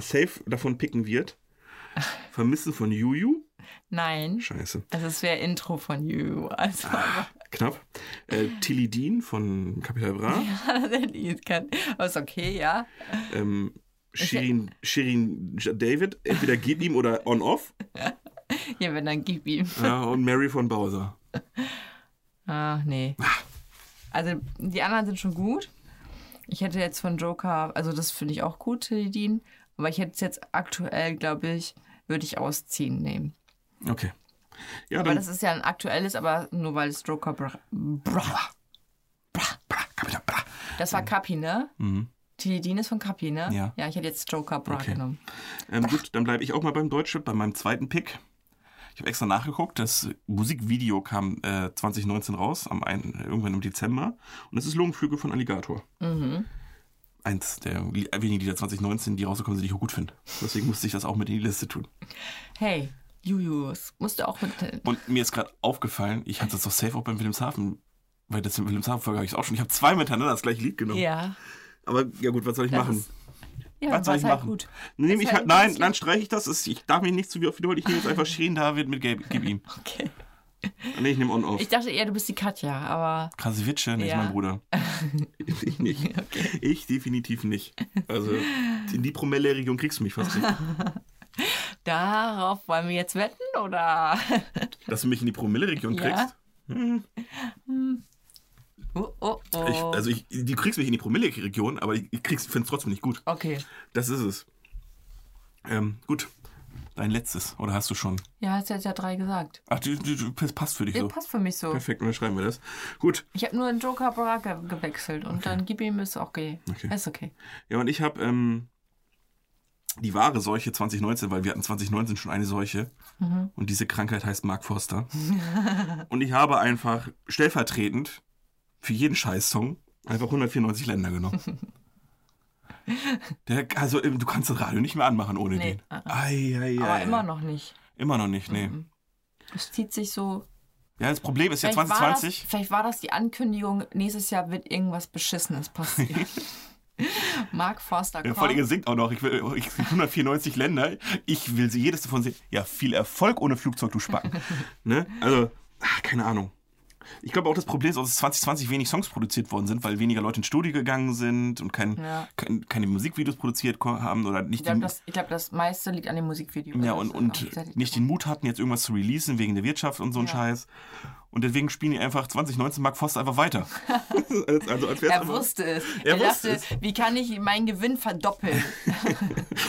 safe davon picken wird. Vermissen von Juju. Nein. Scheiße. Also es wäre Intro von You. Also, Knapp. Äh, Tilly Dean von Capital Bra. ich kann. Aber ist okay, ja. Ähm, Shirin, Shirin J- David. Entweder geht ihm oder on-off. Ja, wenn dann gib ihm. Ja, und Mary von Bowser. Ach, Ah, nee. Ah. Also, die anderen sind schon gut. Ich hätte jetzt von Joker, also das finde ich auch gut, Tilly Dean. Aber ich hätte es jetzt aktuell, glaube ich, würde ich ausziehen nehmen. Okay. Ja, Aber dann. das ist ja ein aktuelles, aber nur weil es Joker. Bra bra Bra, Capital Bra. das war Kapi, ne? Mhm. Tilly Dean ist von Kapi, ne? Ja. Ja, ich hätte jetzt Joker Bra Okay. genommen. Ähm, gut, dann bleibe ich auch mal beim Deutschen, bei meinem zweiten Pick. Ich habe extra nachgeguckt, das Musikvideo kam äh, 2019 raus, am ein, irgendwann im Dezember. Und das ist Lungenflüge von Alligator. Mhm. Eins der Li- äh, wenigen Lieder 2019, die rausgekommen sind, die ich auch gut finde. Deswegen musste ich das auch mit in die Liste tun. Hey, Jujus, musst du auch mit. Und mir ist gerade aufgefallen, ich hatte das doch safe auch beim Wilhelmshaven, weil das im Wilhelmshaven-Folge habe ich es auch schon. Ich habe zwei miteinander das gleiche Lied genommen. Ja. Aber ja gut, was soll ich Das machen? ist- Ja, Was soll war's ich halt machen? gut. Nehme Ist ich halt halt, ein nein, gutes dann streiche ich das. Es- Ich darf mich nicht zu wiederholen. Ich nehme jetzt einfach Shirin David mit Gib, gib ihm. Okay. Nee, ich nehme On-Off. Ich dachte eher, du bist die Katja, aber Krasewitsche, nicht Ja. mein Bruder. ich nicht. Ich definitiv nicht. Also in die Promille-Region kriegst du mich fast nicht. darauf wollen wir jetzt wetten, oder? Dass du mich in die Promille-Region Ja. kriegst? Oh, oh, oh. Ich, also ich, du kriegst mich in die Promille-Region, aber ich, ich finde es trotzdem nicht gut. okay. Das ist es. Ähm, gut. Dein letztes. Oder hast du schon? Ja, hast du jetzt ja drei gesagt. Ach, du, du, du, das passt für dich Ja, so. Passt für mich so. Perfekt, dann schreiben wir das. Gut. Ich habe nur den Joker Baraka gewechselt und dann gib ihm ist okay. Okay. Ist okay. Ja, und ich habe ähm, die wahre Seuche 2019, weil wir hatten 2019 schon eine Seuche. Mhm. Und diese Krankheit heißt Mark Forster. und ich habe einfach stellvertretend für jeden Scheiß-Song einfach 194 Länder genommen. Der, also, ähm, du kannst das Radio nicht mehr anmachen ohne Nee, den. ah, Ei, ei, Aber ei, immer noch nicht. Immer noch nicht, nee. Es zieht sich so. Ja, das Problem ist ja Vielleicht war, das, 2020. vielleicht war das die Ankündigung, nächstes Jahr wird irgendwas Beschissenes passieren. Mark Forster Ja, kommt. Äh, vor allem, ihr singt auch noch. Ich will ich, 194 Länder. Ich will sie jedes davon sehen. Ja, viel Erfolg ohne Flugzeug, du Spacken. ne? Also, ach, keine Ahnung. Ich glaube auch, das Problem ist, auch, dass 2020 wenig Songs produziert worden sind, weil weniger Leute ins Studio gegangen sind und kein, Ja. kein, keine Musikvideos produziert ko- haben oder nicht ich glaube, die- das, ich glaub, das meiste liegt an dem Musikvideo. ja, Das und, ist auch sehr- und nicht den Mut hatten, jetzt irgendwas zu releasen wegen der Wirtschaft und so ein Ja. Scheiß. Und deswegen spielen die einfach 2019 Mark Foster einfach weiter. also, als wär's Er einfach- wusste es. Er Er, wusste dachte, wie kann ich meinen Gewinn verdoppeln?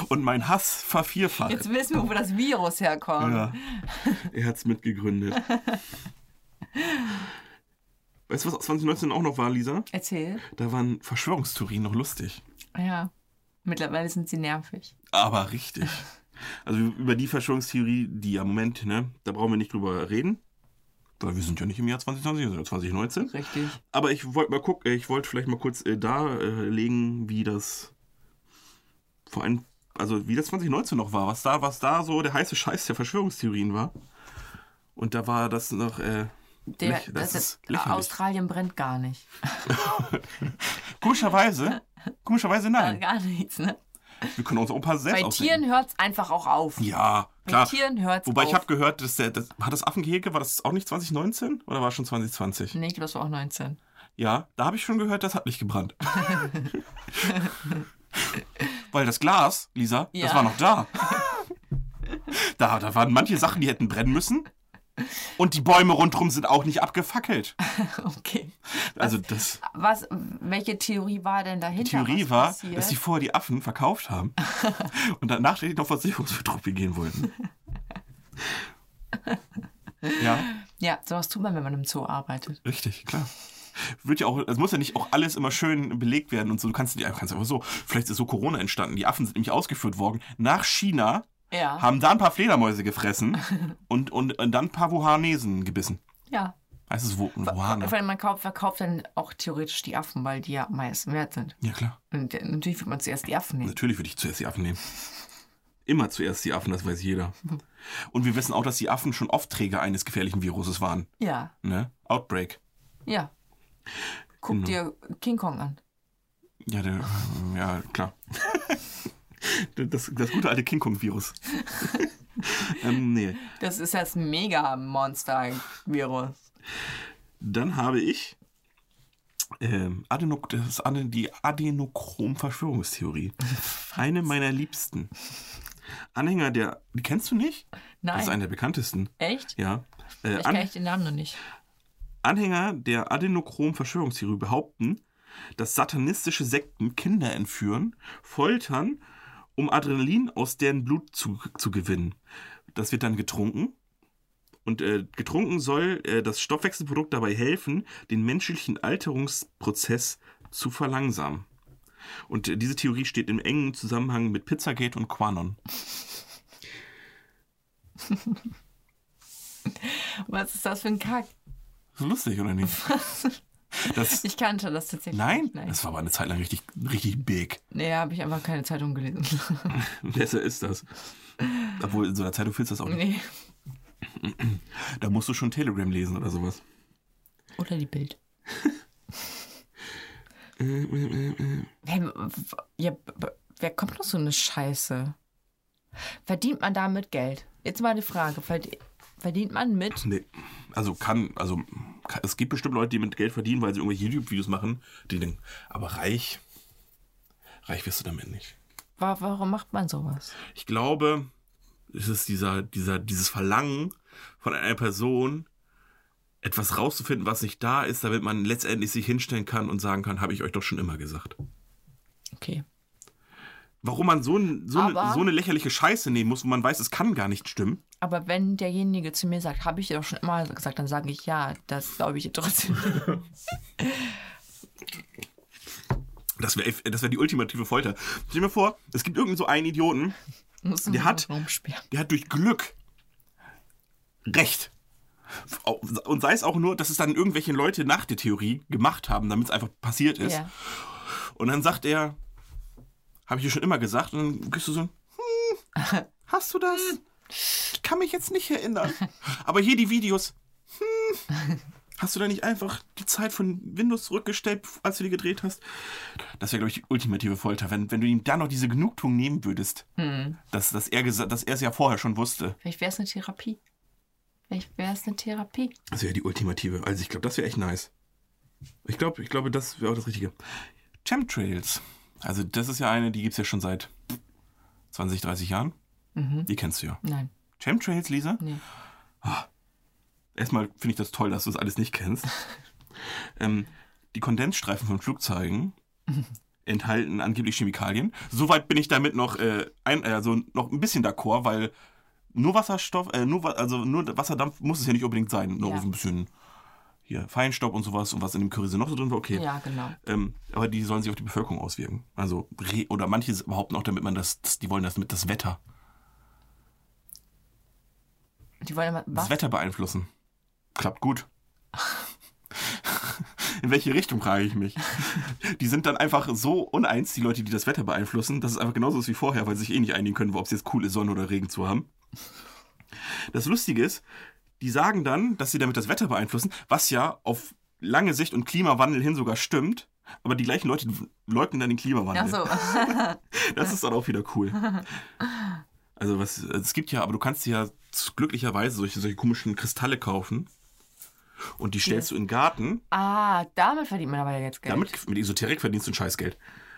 Und mein Hass vervierfacht. Jetzt wissen wir, wo das Virus herkommt. Ja, er hat's mitgegründet. Weißt du, was 2019 auch noch war, Lisa? Erzähl. Da waren Verschwörungstheorien noch lustig. Ah Ja. Mittlerweile sind sie nervig. Aber richtig. Also über die Verschwörungstheorie, die ja, Moment, ne, da brauchen wir nicht drüber reden. Weil wir sind ja nicht im Jahr 2020, sondern 2019. Richtig. Aber ich wollte mal gucken, ich wollte vielleicht mal kurz äh, darlegen, wie das vor allem, also wie das 2019 noch war, was da, was da so der heiße Scheiß der Verschwörungstheorien war. Und da war das noch, äh, Der, Läch- das ist, das ist lächerlich. Australien brennt gar nicht. komischerweise, komischerweise nein. Gar nichts, ne? Wir können uns auch ein paar selbst Bei ausdenken. Tieren hört es einfach auch auf. Ja, Bei klar. Tieren hört's Wobei ich auf. habe gehört, dass der, das, hat das Affengehege, war das auch nicht 2019 oder war es schon 2020? Nee, ich glaube, das war auch 19. Ja, da habe ich schon gehört, das hat nicht gebrannt. Weil das Glas, Lisa, das Ja. war noch da. da. Da waren manche Sachen, die hätten brennen müssen. Und die Bäume rundherum sind auch nicht abgefackelt. Okay. Also das, Was, welche Theorie war denn die dahinter? Theorie was war, passiert? dass die vorher die Affen verkauft haben und danach die noch Versicherungsbetrug begehen wollten. Ja, Ja, sowas tut man, wenn man im Zoo arbeitet. richtig, klar. Wird ja auch, es muss ja nicht auch alles immer schön belegt werden und so. Du kannst nicht einfach kannst einfach so. Vielleicht ist so Corona entstanden. Die Affen sind nämlich ausgeführt worden nach China, Ja. haben da ein paar Fledermäuse gefressen und, und, und dann ein paar Wuhanesen gebissen. ja. Heißt es Wu- ne? Und Wuhaner? vor allem, man kauft, verkauft dann auch theoretisch die Affen, weil die ja am meisten wert sind. Ja, klar. Und äh, natürlich wird man zuerst die Affen nehmen. Natürlich würde ich zuerst die Affen nehmen. Immer zuerst die Affen, das weiß jeder. Und wir wissen auch, dass die Affen schon oft Träger eines gefährlichen Viruses waren. Ja, Ne? Outbreak. ja. Guck Genau. dir King Kong an. Ja, der, ja klar. Das, das gute alte King Kong-Virus. ähm, nee. Das ist das Mega-Monster-Virus. Dann habe ich ähm, Adenok, das ist Aden, die Adenochrom-Verschwörungstheorie. Eine meiner liebsten. Anhänger der. Die kennst du nicht? Das ist Nein, eine der bekanntesten. echt? Ja. Äh, Ich kenne echt den Namen noch nicht. Anhänger der Adenochrom-Verschwörungstheorie behaupten, dass satanistische Sekten Kinder entführen, foltern, um Adrenalin aus deren Blut zu, zu gewinnen. Das wird dann getrunken. Und äh, getrunken soll äh, das Stoffwechselprodukt dabei helfen, den menschlichen Alterungsprozess zu verlangsamen. Und äh, diese Theorie steht im engen Zusammenhang mit Pizzagate und Quanon. Was ist das für ein Kack? So lustig, oder nicht? Das, Ich kannte das tatsächlich. nein, nicht, Nein. das war aber eine Zeit lang richtig, richtig big. Nee, habe ich einfach keine Zeitung gelesen. Besser ist das. Obwohl, in so einer Zeitung findest du das auch nicht. nee. Da musst du schon Telegram lesen oder sowas. Oder die Bild. Hey, w- ja, b- b- wer kommt noch so eine Scheiße? Verdient man damit Geld? Jetzt mal eine Frage. Verd- Verdient man mit? Nee. Also kann, also kann, es gibt bestimmt Leute, die mit Geld verdienen, weil sie irgendwelche YouTube-Videos machen, die denken, aber reich, reich wirst du damit nicht. Wa- Warum macht man sowas? Ich glaube, es ist dieser, dieser, dieses Verlangen von einer Person, etwas rauszufinden, was nicht da ist, damit man letztendlich sich hinstellen kann und sagen kann, habe ich euch doch schon immer gesagt. Okay. Warum man so, ein, so, eine, Aber- so eine lächerliche Scheiße nehmen muss, wo man weiß, es kann gar nicht stimmen. Aber wenn derjenige zu mir sagt, habe ich dir doch schon immer gesagt, dann sage ich ja, das glaube ich dir trotzdem. Das wäre das wär die ultimative Folter. Stell dir mal vor, es gibt irgendeinen so einen Idioten, Muss Der hat- rumsperren. der hat durch Glück Recht. Und sei es auch nur, dass es dann irgendwelche Leute nach der Theorie gemacht haben, damit es einfach passiert ist. Ja. Und dann sagt er, habe ich dir schon immer gesagt. Und dann gehst du so, hm, hast du das? Ich kann mich jetzt nicht erinnern. Aber hier die Videos. Hm, hast du da nicht einfach die Zeit von Windows zurückgestellt, als du die gedreht hast? Das wäre, glaube ich, die ultimative Folter, wenn, wenn du ihm da noch diese Genugtuung nehmen würdest, dass, dass, er gesa- dass er es ja vorher schon wusste. Hm. Vielleicht wäre es eine Therapie. Vielleicht wäre es eine Therapie. Das wäre die ultimative. Also ich glaube, das wäre echt nice. Ich glaube, ich glaube, das wäre auch das Richtige. Chemtrails. Also das ist ja eine, die gibt es ja schon seit 20, 30 Jahren. Die kennst du ja. Nein. Chemtrails, Lisa? Nee. Ah. Erstmal finde ich das toll, dass du das alles nicht kennst. ähm, die Kondensstreifen von Flugzeugen enthalten angeblich Chemikalien. Soweit bin ich damit noch, äh, ein, also noch ein bisschen d'accord, weil nur Wasserstoff, äh, nur, Wa- also nur Wasserdampf muss es ja nicht unbedingt sein. Nur Ja. so ein bisschen hier Feinstaub und sowas und was in dem Curry noch so drin war, okay. Ja, genau. Ähm, aber die sollen sich auf die Bevölkerung auswirken. Also, re- oder manche behaupten auch, damit man das, das die wollen das mit das Wetter, Die wollen immer. das Wetter beeinflussen. Klappt gut. In welche Richtung frage ich mich? Die sind dann einfach so uneins, die Leute, die das Wetter beeinflussen, dass es einfach genauso ist wie vorher, weil sie sich eh nicht einigen können, ob es jetzt cool ist, Sonne oder Regen zu haben. Das Lustige ist, die sagen dann, dass sie damit das Wetter beeinflussen, was ja auf lange Sicht und Klimawandel hin sogar stimmt, aber die gleichen Leute leugnen dann den Klimawandel. Ach so. Das ist dann auch wieder cool. Also was, es gibt ja, aber du kannst dir ja z- glücklicherweise solche, solche komischen Kristalle kaufen und die stellst du in den Garten. Ah, damit verdient man aber jetzt Geld. Damit mit Esoterik verdienst du ein Scheißgeld.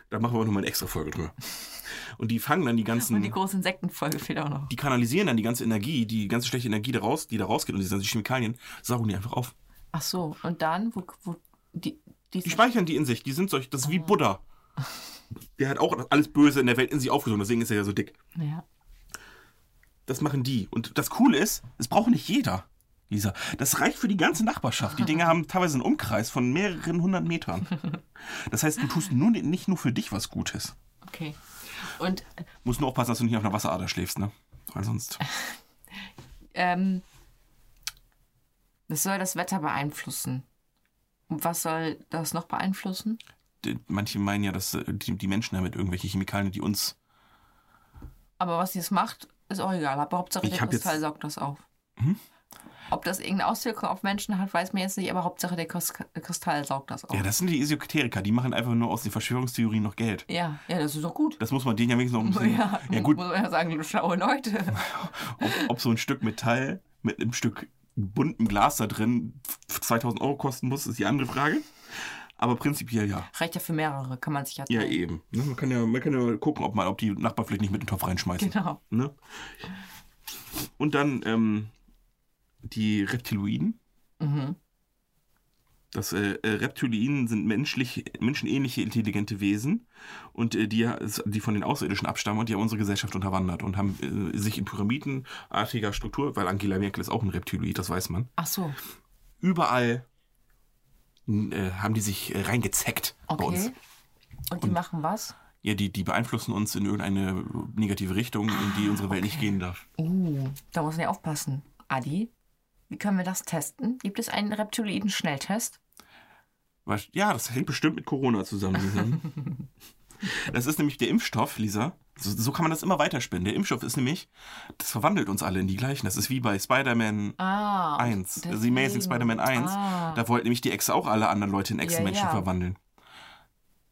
Da machen wir auch nochmal eine extra Folge drüber. Und die fangen dann die ganzen. Und die große Insektenfolge fehlt auch noch. die kanalisieren dann die ganze Energie, die ganze schlechte Energie, da raus, die da rausgeht und diese ganzen Chemikalien, saugen die einfach auf. Ach so, und dann, wo, wo die, die, Die speichern die in sich, die sind solch, das Oh. ist wie Buddha. Der hat auch alles Böse in der Welt in sich aufgesogen, deswegen ist er ja so dick. ja. Das machen die. Und das Coole ist, es braucht nicht jeder. Dieser. Das reicht für die ganze Nachbarschaft. Die Dinger haben teilweise einen Umkreis von mehreren hundert Metern. Das heißt, du tust nur, nicht nur für dich was Gutes. Okay. Und Musst nur aufpassen, dass du nicht auf einer Wasserader schläfst, ne? Weil sonst. ähm, das soll das Wetter beeinflussen. Und was soll das noch beeinflussen? die- Manche meinen ja, dass äh, die, die Menschen damit irgendwelche Chemikalien, die uns. Aber was sie es macht, ist auch egal. Aber Hauptsache Ich der hab jetzt- Hm? Kristall saugt das auf. Ob das irgendeine Auswirkung auf Menschen hat, weiß man jetzt nicht, aber Hauptsache der Kos- Kristall saugt das auf. Ja, das sind die Esoteriker. Die machen einfach nur aus den Verschwörungstheorien noch Geld. ja, ja, das ist doch gut. Das muss man denen ja wenigstens noch ein bisschen. Ja, gut, Muss man ja sagen, schlaue Leute. ob, ob so ein Stück Metall mit einem Stück buntem Glas da drin 2000 Euro kosten muss, ist die andere Frage. Aber prinzipiell ja. Reicht ja für mehrere, kann man sich ja Ja, teilen. eben. Ne, Man kann ja, man kann ja gucken, ob, man, ob die Nachbarn vielleicht nicht mit in den Topf reinschmeißen. Genau. Ne? Und dann ähm, die Reptiloiden. Mhm. Das äh, äh, Reptiloiden sind menschlich, menschenähnliche intelligente Wesen und äh, die, die von den Außerirdischen abstammen und die haben unsere Gesellschaft unterwandert und haben äh, sich in pyramidenartiger Struktur, weil Angela Merkel ist auch ein Reptiloid, das weiß man, Ach so, überall n- äh, haben die sich äh, reingezeckt bei uns. okay. Und die machen was? Ja, die, die beeinflussen uns in irgendeine äh, negative Ah, Richtung, in die unsere Welt nicht gehen darf. Uh, da muss man ja aufpassen. Adi, wie können wir das testen? Gibt es einen Reptiloiden-Schnelltest? Weißt- Ja, das hängt bestimmt mit Corona zusammen, Lisa. Das ist nämlich der Impfstoff, Lisa. So, so kann man das immer weiterspinnen. Der Impfstoff ist nämlich, das verwandelt uns alle in die gleichen. Das ist wie bei Spider-Man Ah. und 1, also deswegen- Amazing Spider-Man 1. Ah, Da wollten nämlich die Exe auch alle anderen Leute in Echsenmenschen ja. verwandeln.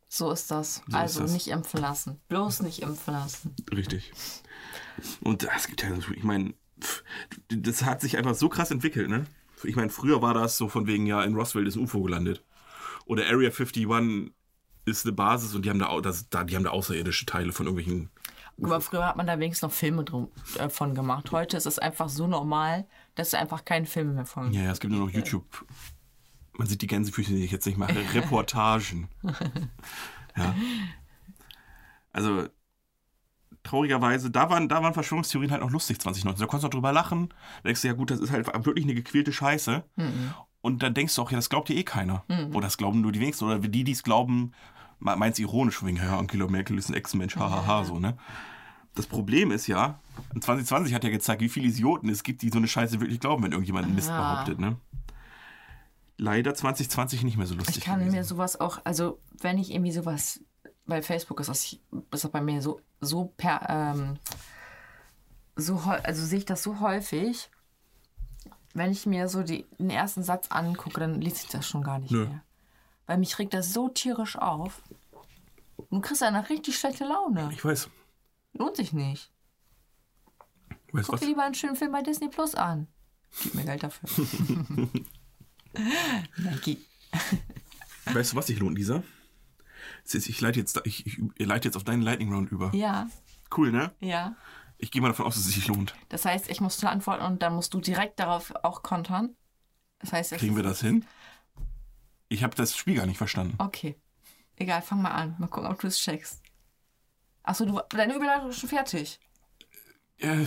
so ist das. ist also das. nicht impfen lassen. Bloß nicht impfen lassen. Richtig. Und das gibt ja, ich meine, pff, das hat sich einfach so krass entwickelt, ne? Ich meine, früher war das so von wegen, ja, in Roswell ist ein UFO gelandet. Oder Area 51 ist eine Basis und die haben da, au- das, da, die haben da außerirdische Teile von irgendwelchen Guck mal, früher hat man da wenigstens noch Filme drum, äh, von gemacht. Heute ist es einfach so normal, dass du einfach keinen Film mehr von. Ja, ja, es gibt nur noch YouTube. Man sieht die Gänsefüße, die ich jetzt nicht mache. Reportagen. ja. Also, traurigerweise, da waren, da waren Verschwörungstheorien halt noch lustig 2019. Da konntest du noch drüber lachen. Da denkst du, ja gut, das ist halt wirklich eine gequälte Scheiße. Mhm. Und dann denkst du auch, ja, das glaubt dir eh keiner. Oder das glauben nur die wenigsten. Oder die, die es glauben, meint es ironisch, von wegen, ja, Angela Merkel ist ein Ex-Mensch, hahaha, so, ne? Das Problem ist ja, 2020 hat ja gezeigt, wie viele Idioten es gibt, die so eine Scheiße wirklich glauben, wenn irgendjemand Mist Ja. behauptet, ne? Leider 2020 nicht mehr so lustig. Ich kann gewesen. mir sowas auch, also wenn ich irgendwie sowas, bei Facebook ist das, ist das bei mir so, so per, ähm, so, häu- also sehe ich das so häufig, wenn ich mir so die, den ersten Satz angucke, dann liest ich das schon gar nicht Nö. mehr. Weil mich regt das so tierisch auf. Und du kriegst danach richtig schlechte Laune. Ich weiß. Lohnt sich nicht. Weißt Guck was? dir lieber einen schönen Film bei Disney Plus an. Gib mir Geld dafür. Nike. Weißt du, was sich lohnt, Lisa? Es ist- Ich leite jetzt, ich, ich leite jetzt auf deinen Lightning Round über. Ja, Cool, ne? ja. Ich gehe mal davon aus, dass es sich lohnt. Das heißt, ich muss zu antworten und dann musst du direkt darauf auch kontern. Das heißt, es Kriegen wir ist- das hin? Ich habe das Spiel gar nicht verstanden. Okay. Egal, fang mal an. Mal gucken, ob du es checkst. Achso, du, deine Überleitung ist schon fertig. Äh,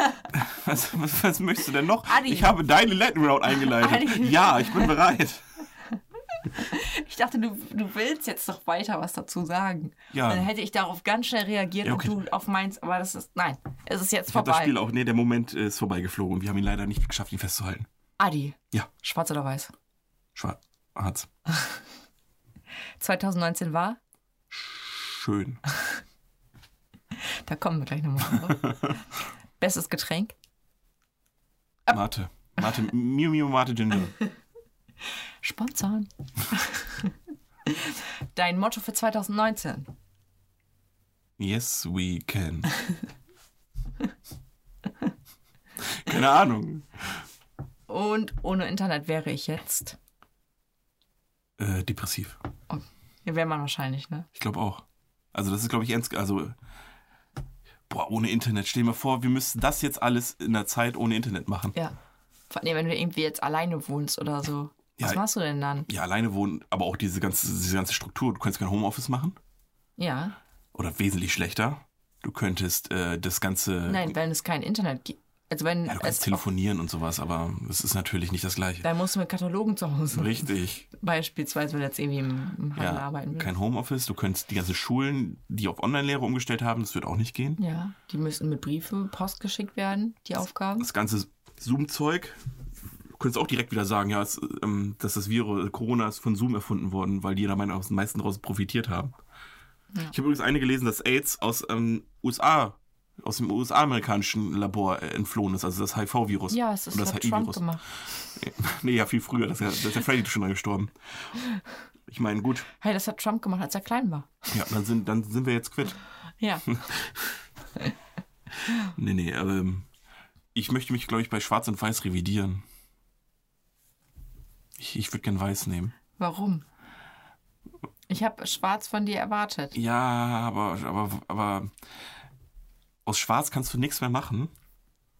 was, was, was möchtest du denn noch? Adi. Ich habe deine Lightning Round eingeleitet. Adi. Ja, ich bin bereit. Ich dachte, du, du willst jetzt noch weiter was dazu sagen. Ja. Dann hätte ich darauf ganz schnell reagiert Ah. Ja, okay. und du auf meins, aber das ist. Nein, es ist jetzt Ich habe das vorbei. Spiel auch. Nee, der Moment äh, ist vorbeigeflogen und wir haben ihn leider nicht geschafft, ihn festzuhalten. Adi, Ja, schwarz oder weiß? schwarz. 2019 war? Schön. Da kommen wir gleich nochmal drauf. Bestes Getränk? Mate. Mate. Miu Miu Mate Ginger. Sponsoren. Dein Motto für 2019? Yes, we can. Keine Ahnung. Und ohne Internet wäre ich jetzt. Äh, depressiv. Oh, ja, wäre man wahrscheinlich, ne? Ich glaube auch. Also das ist, glaube ich, ernst. Also, boah, ohne Internet. Stell dir mal vor, wir müssten das jetzt alles in der Zeit ohne Internet machen. Ja, Ja. Vor allem, wenn du irgendwie jetzt alleine wohnst oder so. Was Ja. machst du denn dann? alleine wohnen, aber auch diese ganze, diese ganze Struktur. Du könntest kein Homeoffice machen. Ja. Oder wesentlich schlechter. Du könntest äh, das Ganze. Nein, wenn es kein Internet gibt. Also wenn Ja, du es kannst telefonieren und sowas, aber es ist natürlich nicht das Gleiche. dann musst du mit Katalogen zu Hause. Richtig. Beispielsweise, wenn du jetzt irgendwie im, im Handel Ja, arbeiten willst. kein Homeoffice. Du könntest die ganzen Schulen, die auf Online-Lehre umgestellt haben, das wird auch nicht gehen. Ja. Die müssen mit Briefe, Post geschickt werden, die Aufgaben. das ganze Zoom-Zeug, du könntest auch direkt wieder sagen, ja, es, ähm, dass das Virus Corona ist von Zoom erfunden worden, weil die da meine- am meisten daraus profitiert haben. Ich habe übrigens eine gelesen, dass AIDS aus ähm, USA, aus dem USA-amerikanischen Labor äh, entflohen ist, also das HIV-Virus. Ja, es ist Und das hat Trump HIV-Virus. gemacht. Nee, ja, viel früher, das ist ja, da ist ja Freddy schon dran gestorben. Ich meine, gut, Hey, das hat Trump gemacht, als er klein war. ja, dann sind, dann sind wir jetzt quitt. Ja. Nee, nee, aber ähm, ich möchte mich, glaube ich, bei Schwarz und Weiß revidieren. Ich, ich würde gern Weiß nehmen. Warum? Ich habe schwarz von dir erwartet. Ja, aber, aber, aber aus Schwarz kannst du nichts mehr machen.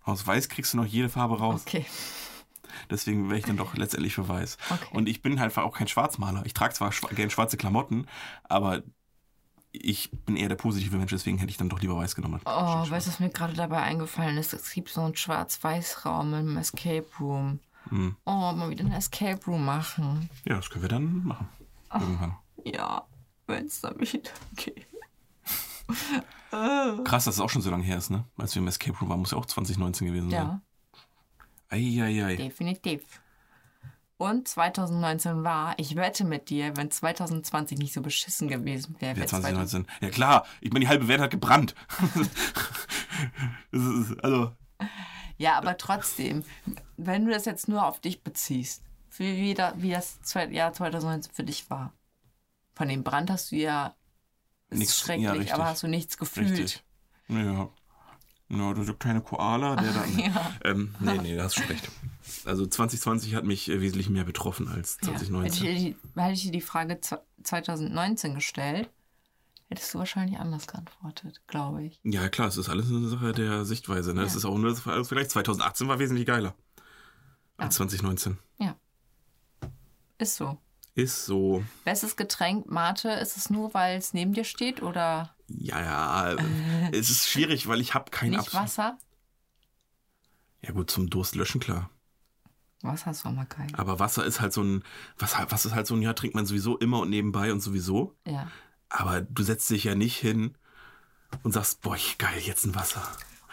Aus Weiß kriegst du noch jede Farbe raus. Okay. Deswegen wäre ich dann doch letztendlich für Weiß. Okay. Und ich bin halt einfach auch kein Schwarzmaler. Ich trage zwar schwa gerne schwarze Klamotten, aber ich bin eher der positive Mensch, deswegen hätte ich dann doch lieber Weiß genommen. Hm. Oh, weißt du, was mir gerade dabei eingefallen ist? Es gibt so einen Schwarz-Weiß-Raum im Escape Room. Oh, mal wieder einen Escape Room machen. Ja, das können wir dann machen. Oh. Irgendwann. Ja, wenn es dann wieder geht. Krass, dass es auch schon so lange her ist, ne? Als wir im Escape Room waren, muss ja auch 2019 gewesen sein. Ja, Eieiei. definitiv. Und 2019 war, ich wette mit dir, wenn 2020 nicht so beschissen gewesen wäre. Ja, wär 2019. Ja klar, ich meine, die halbe Welt hat gebrannt. das ist, also, Ja, aber trotzdem, wenn du das jetzt nur auf dich beziehst, wie, wie, da, wie das zwei- Jahr 2019 für dich war. Von dem Brand hast du ja, ist Nichts- ja, schrecklich, richtig. aber hast du nichts gefühlt. richtig. Ja. Ja, du der kleine Koala, der dann. Ja. Ähm, nee, nee, da hast du recht. Also 2020 hat mich äh, wesentlich mehr betroffen als Ja. Hätte ich, 2019. dir die- hätte ich dir die Frage zwe- 2019 gestellt, hättest du wahrscheinlich anders geantwortet, glaube ich. Ja, klar, es ist alles eine Sache der Sichtweise. Ne? Es ist auch nur das alles Vergleich. 2018 war wesentlich geiler als 2019. Ja. Ist so. Ist so. Bestes Getränk, Mate, ist es nur, weil es neben dir steht oder Ja, ja. äh, es ist schwierig, weil ich habe kein nicht absolut- Wasser? Ja gut, zum Durst löschen, klar. Wasser ist auch mal geil. Aber Wasser ist halt so ein, was, was ist halt so ein, ja, trinkt man sowieso immer und nebenbei und sowieso. Ja. Aber du setzt dich ja nicht hin und sagst, boah, ich, geil, jetzt ein Wasser.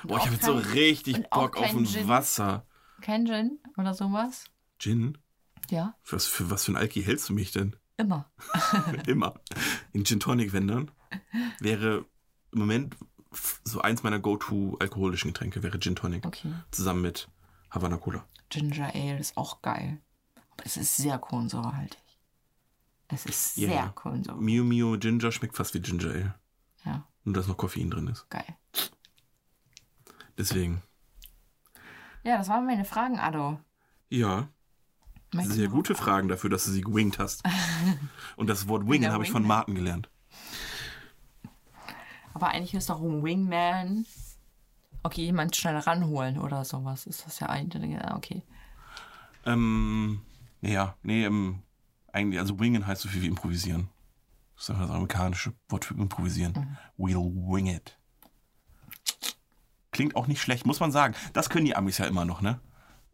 boah, ich auch habe jetzt so kein- richtig und auch Bock auf kein ein Gin. Wasser. Kein Gin oder sowas? Gin? Ja, Für Was für, was für ein Alki hältst du mich denn? immer. Immer. In Gin Tonic, wenn dann, wäre im Moment f- so eins meiner Go-To alkoholischen Getränke wäre Gin Tonic. Okay. Zusammen mit Havana Cola. Ginger Ale ist auch geil. Aber es ist sehr kohlensäurehaltig. Es ist Ja, sehr ja. kohlensäure. Mio Mio Ginger schmeckt fast wie Ginger Ale. Ja, Nur, dass noch Koffein drin ist. geil. Deswegen. Ja, das waren meine Fragen, Ado. Ja, Möchtest Sehr du- gute Fragen dafür, dass du sie gewinkt hast. Und das Wort wingen Ja, habe ich wingen. von Martin gelernt. Aber eigentlich ist doch ein Wingman. Okay, jemand schnell ranholen oder sowas. Ist das ja eigentlich. ja, Okay. Ähm, ja, nee, ähm, eigentlich, also wingen heißt so viel wie improvisieren. Das ist einfach das amerikanische Wort für Mhm. improvisieren. We'll wing it. Klingt auch nicht schlecht, muss man sagen. Das können die Amis ja immer noch, ne?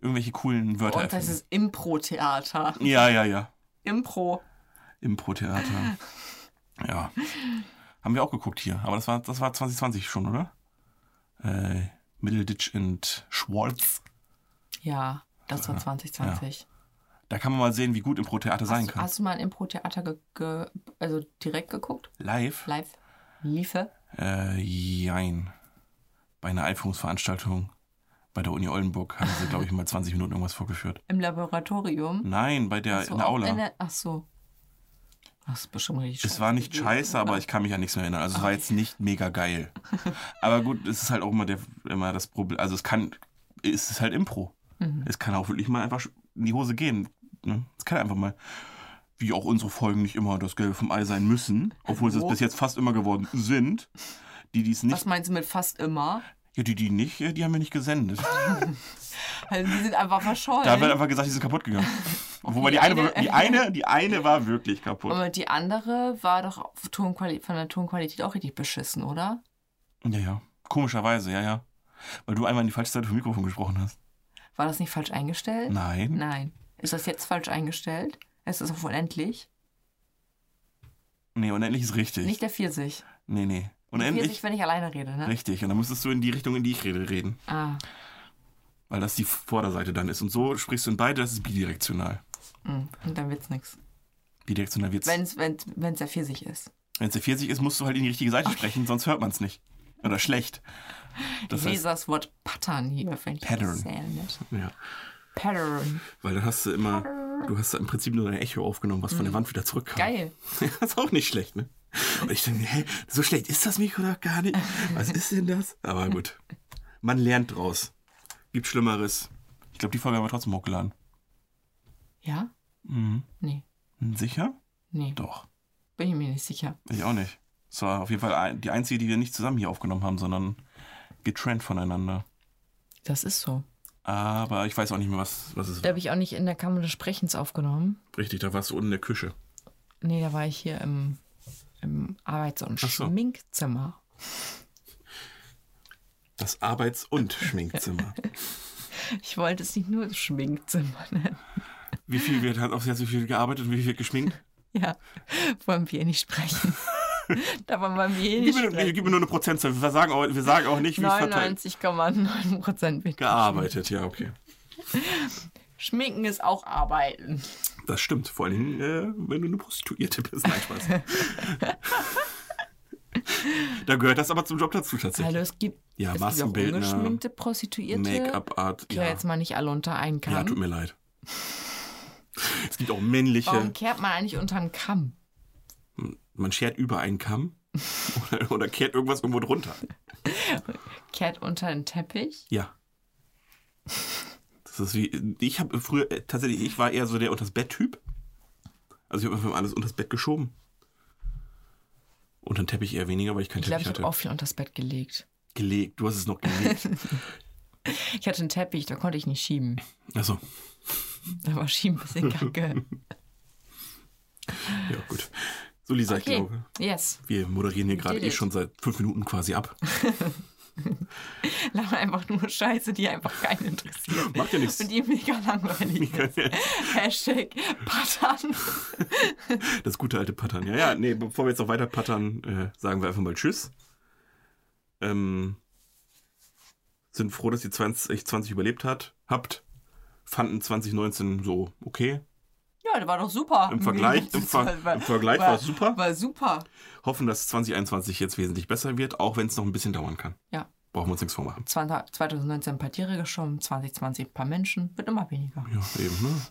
Irgendwelche coolen Wörter. Und das erfinden. ist Impro-Theater. ja, ja, ja. Impro. Impro-Theater. ja. Haben wir auch geguckt hier. Aber das war, das war 2020 schon, oder? Äh, Middleditch und Schwartz. Ja, das war 2020. Da kann man mal sehen, wie gut Impro-Theater sein Hast, du- kann. hast du mal ein Impro-Theater ge ge also direkt geguckt? Live? Live? Liefe? Äh, jein. Bei einer Einführungsveranstaltung bei der Uni Oldenburg haben sie, glaube ich, mal 20 Minuten irgendwas vorgeführt. Im Laboratorium? Nein, bei der, So, in der auch Aula. in der- ach so. Das ist bestimmt richtig Es war nicht scheiße, aber ich kann mich an nichts mehr erinnern. Also es war jetzt nicht mega geil. Aber gut, es ist halt auch immer, der, immer das Problem. Also es kann, es Mhm. ist halt Impro. Es kann auch wirklich mal einfach in die Hose gehen. ne? Es kann einfach mal. wie auch unsere Folgen nicht immer das Gelbe vom Ei sein müssen, obwohl sie es Oh. bis jetzt fast immer geworden sind, die dies nicht, Was meinst du mit fast immer? ja, die, die nicht, äh, die haben wir nicht gesendet. Also die sind einfach verschollen. Da wird einfach gesagt, die sind kaputt gegangen. Wobei die eine, war- die eine, die eine war wirklich kaputt. Aber die andere war doch auf Tonquali- von der Tonqualität auch richtig beschissen, oder? Ja, ja. Komischerweise, ja, ja. Weil du einmal in die falsche Seite vom Mikrofon gesprochen hast. War das nicht falsch eingestellt? Nein. Nein. Ist das jetzt falsch eingestellt? Es ist auf unendlich. Nee, unendlich ist richtig. Nicht der 40. nee, nee. Unendlich? Unendlich? wenn ich alleine rede, ne? Richtig. Und dann müsstest du in die Richtung, in die ich rede, reden. Ah, Weil das die Vorderseite dann ist. Und so sprichst du in beide, das ist bidirektional. mh. hm. und dann wird's nix. Bidirektional wird's. Wenn's, wenn's, wenn's der 40 ist. Wenn es der 40 ist, musst du halt in die richtige Seite sprechen, sonst hört man es nicht. Oder schlecht. Das Ich lese heißt, das Wort Pattern hier, finde ich Pattern. das sehr nett. ja. Pattern. Weil dann hast du immer, du hast da im Prinzip nur dein Echo aufgenommen, was von der Wand wieder zurückkam. Mhm. Geil. das ist auch nicht schlecht, ne? Und ich denke, hä, so schlecht ist das Mikro doch gar nicht. Was ist denn das? Aber gut. Man lernt draus. Gibt Schlimmeres. Ich glaube, die Folge haben wir trotzdem hochgeladen. Ja? Mhm. Nee. Sicher? Nee, Doch. bin ich mir nicht sicher. Ich auch nicht. Es war auf jeden Fall ein- die einzige, die wir nicht zusammen hier aufgenommen haben, sondern getrennt voneinander. Das ist so. Aber ich weiß auch nicht mehr, was, was es Da habe ich auch nicht in der Kammer des Sprechens aufgenommen. Richtig, da warst du unten in der Küche. Nee, da war ich hier im, im Arbeits- und Ach so. Schminkzimmer. Das Arbeits- und Schminkzimmer. Ich wollte es nicht nur Schminkzimmer nennen. wie viel wird, hat auf jetzt wie viel gearbeitet und wie viel wird geschminkt? Ja, wollen wir nicht sprechen. da wollen wir Gib nicht mir, nur- sprechen. gib mir nur eine Prozentzahl. Wir sagen auch, wir sagen auch nicht, wie es verteilt. 99,9 Prozent wird Gearbeitet, ja, okay. Schminken ist auch Arbeiten. Das stimmt. Vor allem, äh, wenn du eine Prostituierte bist. Nein, Spaß. da gehört das aber zum Job dazu Also tatsächlich. es gibt, Ja, es gibt auch Maskenbildner, ungeschminkte Prostituierte. Make-up-Art. Ich ja. Ja. jetzt mal nicht alle unter einen ja, tut Kamm. mir leid. Es gibt auch männliche. Warum kehrt man eigentlich unter einen Kamm? Man schert über einen Kamm oder, oder kehrt irgendwas irgendwo drunter. Kehrt unter einen Teppich? Ja. Das ist wie. Ich habe früher äh, tatsächlich, ich war eher so der unters Bett-Typ. Also ich habe einfach alles unters Bett geschoben. Unter den Teppich eher weniger, weil ich keinen Ich glaube, Teppich ich habe hatte. auch viel unters Bett gelegt. Gelegt. Du hast es noch gelegt. Ich hatte einen Teppich, da konnte ich nicht schieben. Achso. Da war Schieben ein bisschen kacke. Ja, gut. So, Lisa, ich Okay, glaube, yes. wir moderieren hier gerade did eh it. schon seit fünf Minuten quasi ab. Laber einfach nur Scheiße, die einfach keinen interessiert. Macht ja nichts. Und die mega langweilig ist. Hashtag Pattern. Das gute alte Pattern. Ja, ja, nee, bevor wir jetzt noch weiter pattern, äh, sagen wir einfach mal Tschüss. Ähm, sind froh, dass ihr 20, 20 überlebt hat, habt. Fanden 2019 so okay. Ja, der war doch super. Im Vergleich, im Ver im Vergleich war es super. War super. Hoffen, dass 2021 jetzt wesentlich besser wird, auch wenn es noch ein bisschen dauern kann. Ja. Brauchen wir uns nichts vormachen. 20- 2019 ein paar Tiere geschoben, 2020 ein paar Menschen, wird immer weniger. Ja, eben, ne?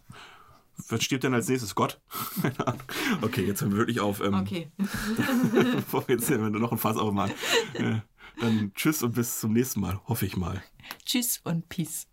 Was stirbt denn als nächstes? Gott? Keine Ahnung. okay, jetzt hören wir wirklich auf. Ähm, Okay. Bevor wir jetzt hier noch ein Fass aufmachen. Äh, dann tschüss und bis zum nächsten Mal, hoffe ich mal. Tschüss und Peace.